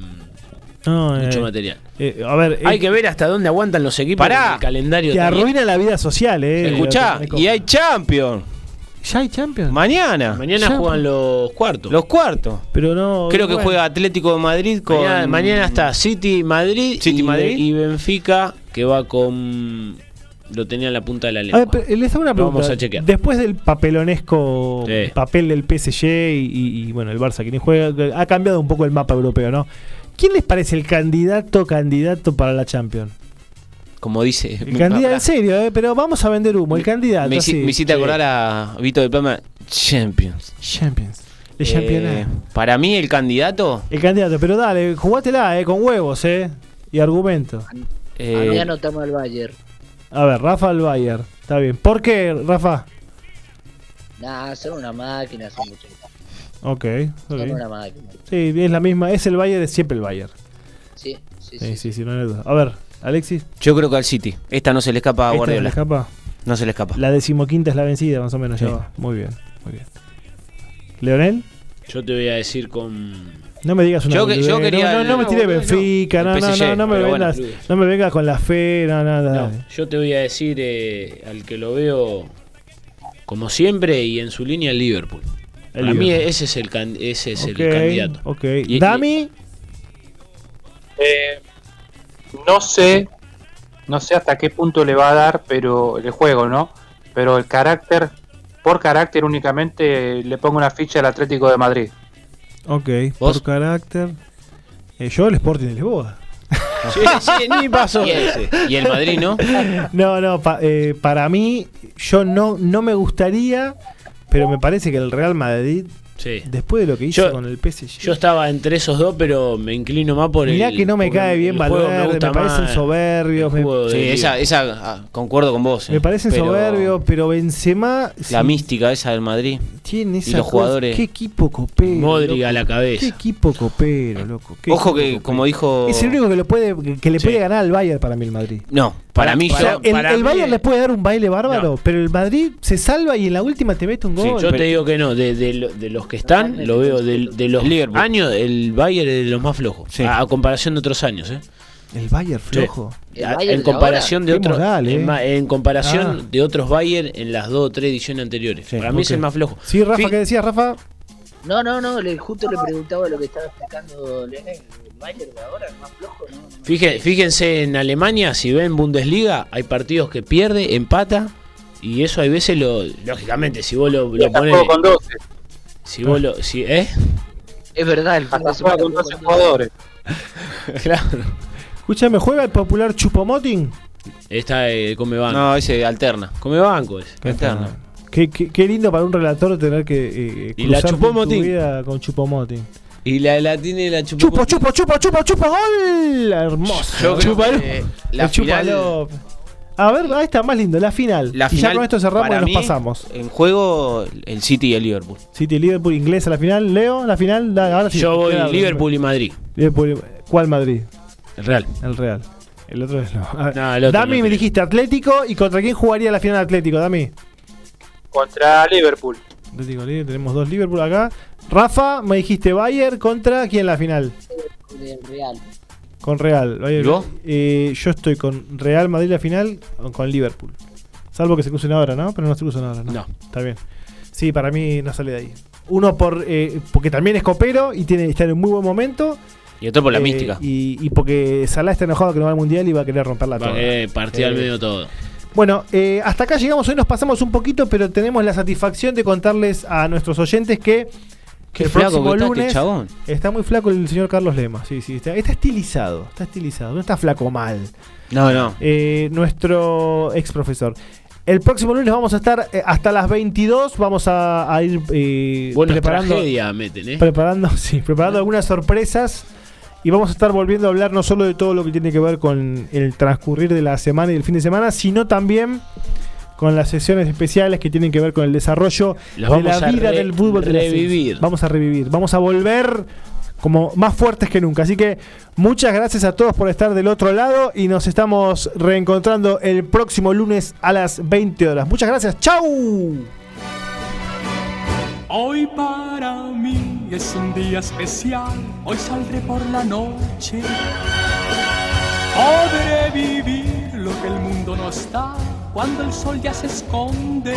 S1: No, eh,
S3: mucho material.
S1: eh, a ver, eh,
S3: Hay que ver hasta dónde aguantan los equipos.
S2: Pará.
S3: con El calendario
S1: te
S3: también.
S1: arruina la vida social, eh.
S2: Escuchá,
S1: Lo que tenés
S2: y
S1: con-
S2: hay Champions.
S1: ¿Ya hay Champions?
S2: Mañana.
S3: Mañana
S1: Ya.
S3: juegan los cuartos.
S2: Los cuartos.
S1: Pero no.
S2: Creo que
S1: bueno.
S2: juega Atlético de Madrid con.
S3: mañana, mañana está City Madrid,
S2: City,
S3: y,
S2: Madrid.
S3: y Benfica que va con lo tenía en la punta de la
S1: A
S3: lengua.
S1: ver, pero les hago una
S3: Lo
S1: pregunta.
S3: vamos a chequear.
S1: Después del papelonesco
S3: Sí.
S1: papel del PSG y, y- y, bueno, el Barça, que ni juega, ha cambiado un poco el mapa europeo, ¿no? ¿Quién les parece el candidato candidato para la Champions?
S2: Como dice.
S3: Mm,
S1: El
S2: mi
S1: candidato,
S2: papá.
S1: en serio, eh, pero vamos a vender humo. El candidato.
S2: Me, hici-
S1: así.
S2: me hiciste acordar a Vito de Palma. Champions.
S1: Champions. ah. El
S2: Eh,
S1: campeonato.
S2: para mí, el candidato.
S1: El candidato, pero dale, jugátela, eh, con huevos, eh. Y argumento.
S2: eh,
S5: Acá anotamos al Bayern.
S1: A ver, Rafa al Bayern. Está bien. ¿Por qué, Rafa?
S5: Nah, son una máquina, son muchachos.
S1: Ok, ok.
S5: Son una máquina.
S1: Sí, es la misma. Es el Bayern, es siempre el Bayern.
S5: Sí,
S1: Sí,
S5: sí, sí.
S1: sí, sí, no hay duda. A ver, Alexis.
S2: yo creo que al City. Esta no se le escapa a
S1: ¿esta
S2: Ah, Guardiola.
S1: se le escapa?
S2: No se le escapa.
S1: La decimoquinta es la vencida, más o menos.
S2: Sí.
S1: ya va. Muy bien, muy bien. ¿Leonel?
S3: Yo te voy a decir con
S1: No me digas una
S2: Yo que-
S1: boludez.
S2: yo quería
S1: no, no, no me
S2: el-
S1: tire
S2: no, no,
S1: Benfica,
S2: el
S1: no, no, no,
S2: PSG,
S1: no me
S2: pero bueno,
S1: vengas,
S3: clubes.
S1: no me vengas con la fe, no, no, no, dale.
S3: no, yo te voy a decir eh, al que lo veo como siempre y en su línea el Liverpool.
S1: El
S3: Para mí
S1: Liverpool.
S3: ese es el can- ese es
S1: Ok,
S3: el candidato.
S1: Ok.
S3: Y-
S1: Dami,
S4: Eh, no sé, no sé hasta qué punto le va a dar, pero el juego, ¿no? Pero el carácter, por carácter únicamente le pongo una ficha al Atlético de Madrid.
S1: ok,
S3: ¿Vos?
S1: por carácter. Eh, yo el Sporting de Lisboa.
S3: Sí, sí, ni pasó
S2: Y el, y el Madrid, ¿no?
S1: No, no, pa- eh, para mí, yo no, no me gustaría, pero me parece que el Real Madrid,
S3: Sí.
S1: después de lo que hizo
S3: Yo-
S1: con el PSG.
S3: Yo estaba entre esos dos, pero me inclino más por
S1: Mirá
S3: el
S1: que no me
S3: por
S1: cae
S3: el
S1: bien
S3: juego,
S1: Valverde, me,
S3: gusta más
S1: parecen soberbios,
S3: el
S1: me,
S3: juego de
S2: Sí,
S3: Liverpool.
S2: esa, esa ah, concuerdo con vos. eh.
S1: me parecen
S2: Pero
S1: soberbios, pero Benzema
S2: La
S1: sí,
S2: mística esa del Madrid.
S1: tiene esa
S2: los
S1: cosa.
S2: jugadores.
S1: Qué equipo copero.
S3: Modric
S1: loco.
S3: a la
S1: Qué
S3: cabeza.
S1: equipo copero, loco. qué
S2: Ojo
S1: equipo
S2: que,
S1: copero.
S2: como dijo.
S1: es el único que, lo puede, que le
S3: Sí.
S1: puede ganar al Bayern para mí el Madrid.
S2: No, para,
S3: Para-
S2: mí
S1: O
S3: para-
S1: sea,
S2: yo.
S1: el, el
S3: mí-
S1: Bayern le puede dar un baile bárbaro,
S3: No.
S1: pero el Madrid se salva y en la última te mete un
S3: Sí,
S1: gol.
S3: yo
S1: pero-
S3: te digo que no, de, de lo- de los que están, lo veo del- de, los
S2: Liverpool.
S3: años, el Bayern es de los más flojos,
S2: Sí.
S3: a, a comparación de otros años. ¿eh?
S1: El Bayern flojo.
S5: ¿El
S3: A-
S5: Bayern
S3: Eh, Ah, en
S5: de
S3: comparación de
S1: Qué
S3: otros
S1: moral, eh.
S3: en, ma- en comparación
S1: Ah.
S3: de otros Bayern en las dos o tres ediciones anteriores.
S1: Sí,
S3: Para mí es
S1: ok.
S3: el más flojo.
S1: Sí, Rafa,
S3: Fi-
S1: ¿qué decías, Rafa?
S5: No, no, no, le, justo le preguntaba lo que estaba explicando Leonel. El Bayern de ahora, el más flojo, no. no.
S3: fije- Fíjense en Alemania, si ven Bundesliga, hay partidos que pierde, empata, y eso hay veces lo, lógicamente, si vos lo, lo
S4: Hasta
S3: pones,
S4: juego con 12,
S3: si vos lo, si, ¿eh?
S5: Es verdad, el fin de
S4: hasta
S5: semana
S4: juega con
S5: jugó
S4: 12
S5: con
S4: jugadores.
S3: claro.
S1: Escúchame, ¿juega el popular Chupomoting?
S3: Está eh, come banco,
S2: No, ese alterna.
S3: come banco es.
S2: Alterna.
S1: Qué, qué- qué lindo para un relator tener que eh,
S3: Y la
S1: cruzarte
S3: Chupomotín.
S1: tu vida con Chupomotín.
S3: Y la, la tiene la chupó.
S1: Chupo, chupo, chupo, chupo, chupo, gol. Hermoso.
S2: Yo creo
S1: Chúpalo.
S2: que la
S1: El chúpalo.
S2: final,
S1: A ver, ahí está más lindo, la final.
S2: La
S1: y
S2: final,
S1: ya con esto cerramos y
S2: para
S1: nos
S2: mí,
S1: pasamos.
S2: En juego, el City y el Liverpool.
S1: City Liverpool inglés a la final, Leo, la final, da- ahora sí.
S3: Yo voy
S1: Claro,
S3: Liverpool y Madrid.
S1: Liverpool. ¿Cuál Madrid?
S3: El Real.
S1: El Real. El otro es no. A ver,
S3: No, el otro
S1: Dami me
S3: no creo.
S1: dijiste Atlético y contra quién jugaría la final Atlético, Dami.
S4: Contra Liverpool.
S1: Atlético Liverpool, tenemos dos Liverpool acá. Rafa, me dijiste Bayern contra quién la final?
S5: del Real.
S1: Con Real. Bayern.
S2: ¿Y vos?
S1: Eh, yo estoy con Real Madrid la final o con Liverpool. Salvo que se crucen ahora, ¿no? Pero no se cruzan ahora, ¿no?
S3: No.
S1: Está bien. Sí, para mí no sale de ahí. Uno por eh, porque también es copero y tiene está en un muy buen momento.
S2: Y otro por la
S1: eh,
S2: mística.
S1: Y, y porque Salah está enojado que no va al mundial y va a querer romperla toda.
S3: Va, eh, partido al
S1: Eh,
S3: medio todo.
S1: Bueno, eh, hasta acá llegamos, hoy nos pasamos un poquito, pero tenemos la satisfacción de contarles a nuestros oyentes que
S2: Qué flaco que está este chabón.
S1: está muy flaco el señor Carlos Lema, sí, sí, está, está estilizado, está estilizado, no está flaco mal,
S2: No, no.
S1: Eh, nuestro ex profesor. El próximo lunes vamos a estar eh, hasta las 22, vamos a, a ir eh,
S3: Buena
S1: preparando,
S3: tragedia meten, eh.
S1: preparando, sí, preparando algunas sorpresas y vamos a estar volviendo a hablar no solo de todo lo que tiene que ver con el transcurrir de la semana y el fin de semana, sino también con las sesiones especiales que tienen que ver con el desarrollo
S3: Los
S1: de
S3: vamos
S1: la
S3: a
S1: vida
S3: re-
S1: del fútbol de las islas.
S3: revivir.
S1: Vamos a revivir, vamos a volver como más fuertes que nunca. Así que muchas gracias a todos por estar del otro lado y nos estamos reencontrando el próximo lunes a las 20 horas. Muchas gracias, chau.
S6: Hoy para mí es un día especial, hoy saldré por la noche. Podré vivir lo que el mundo no está cuando el sol ya se esconde.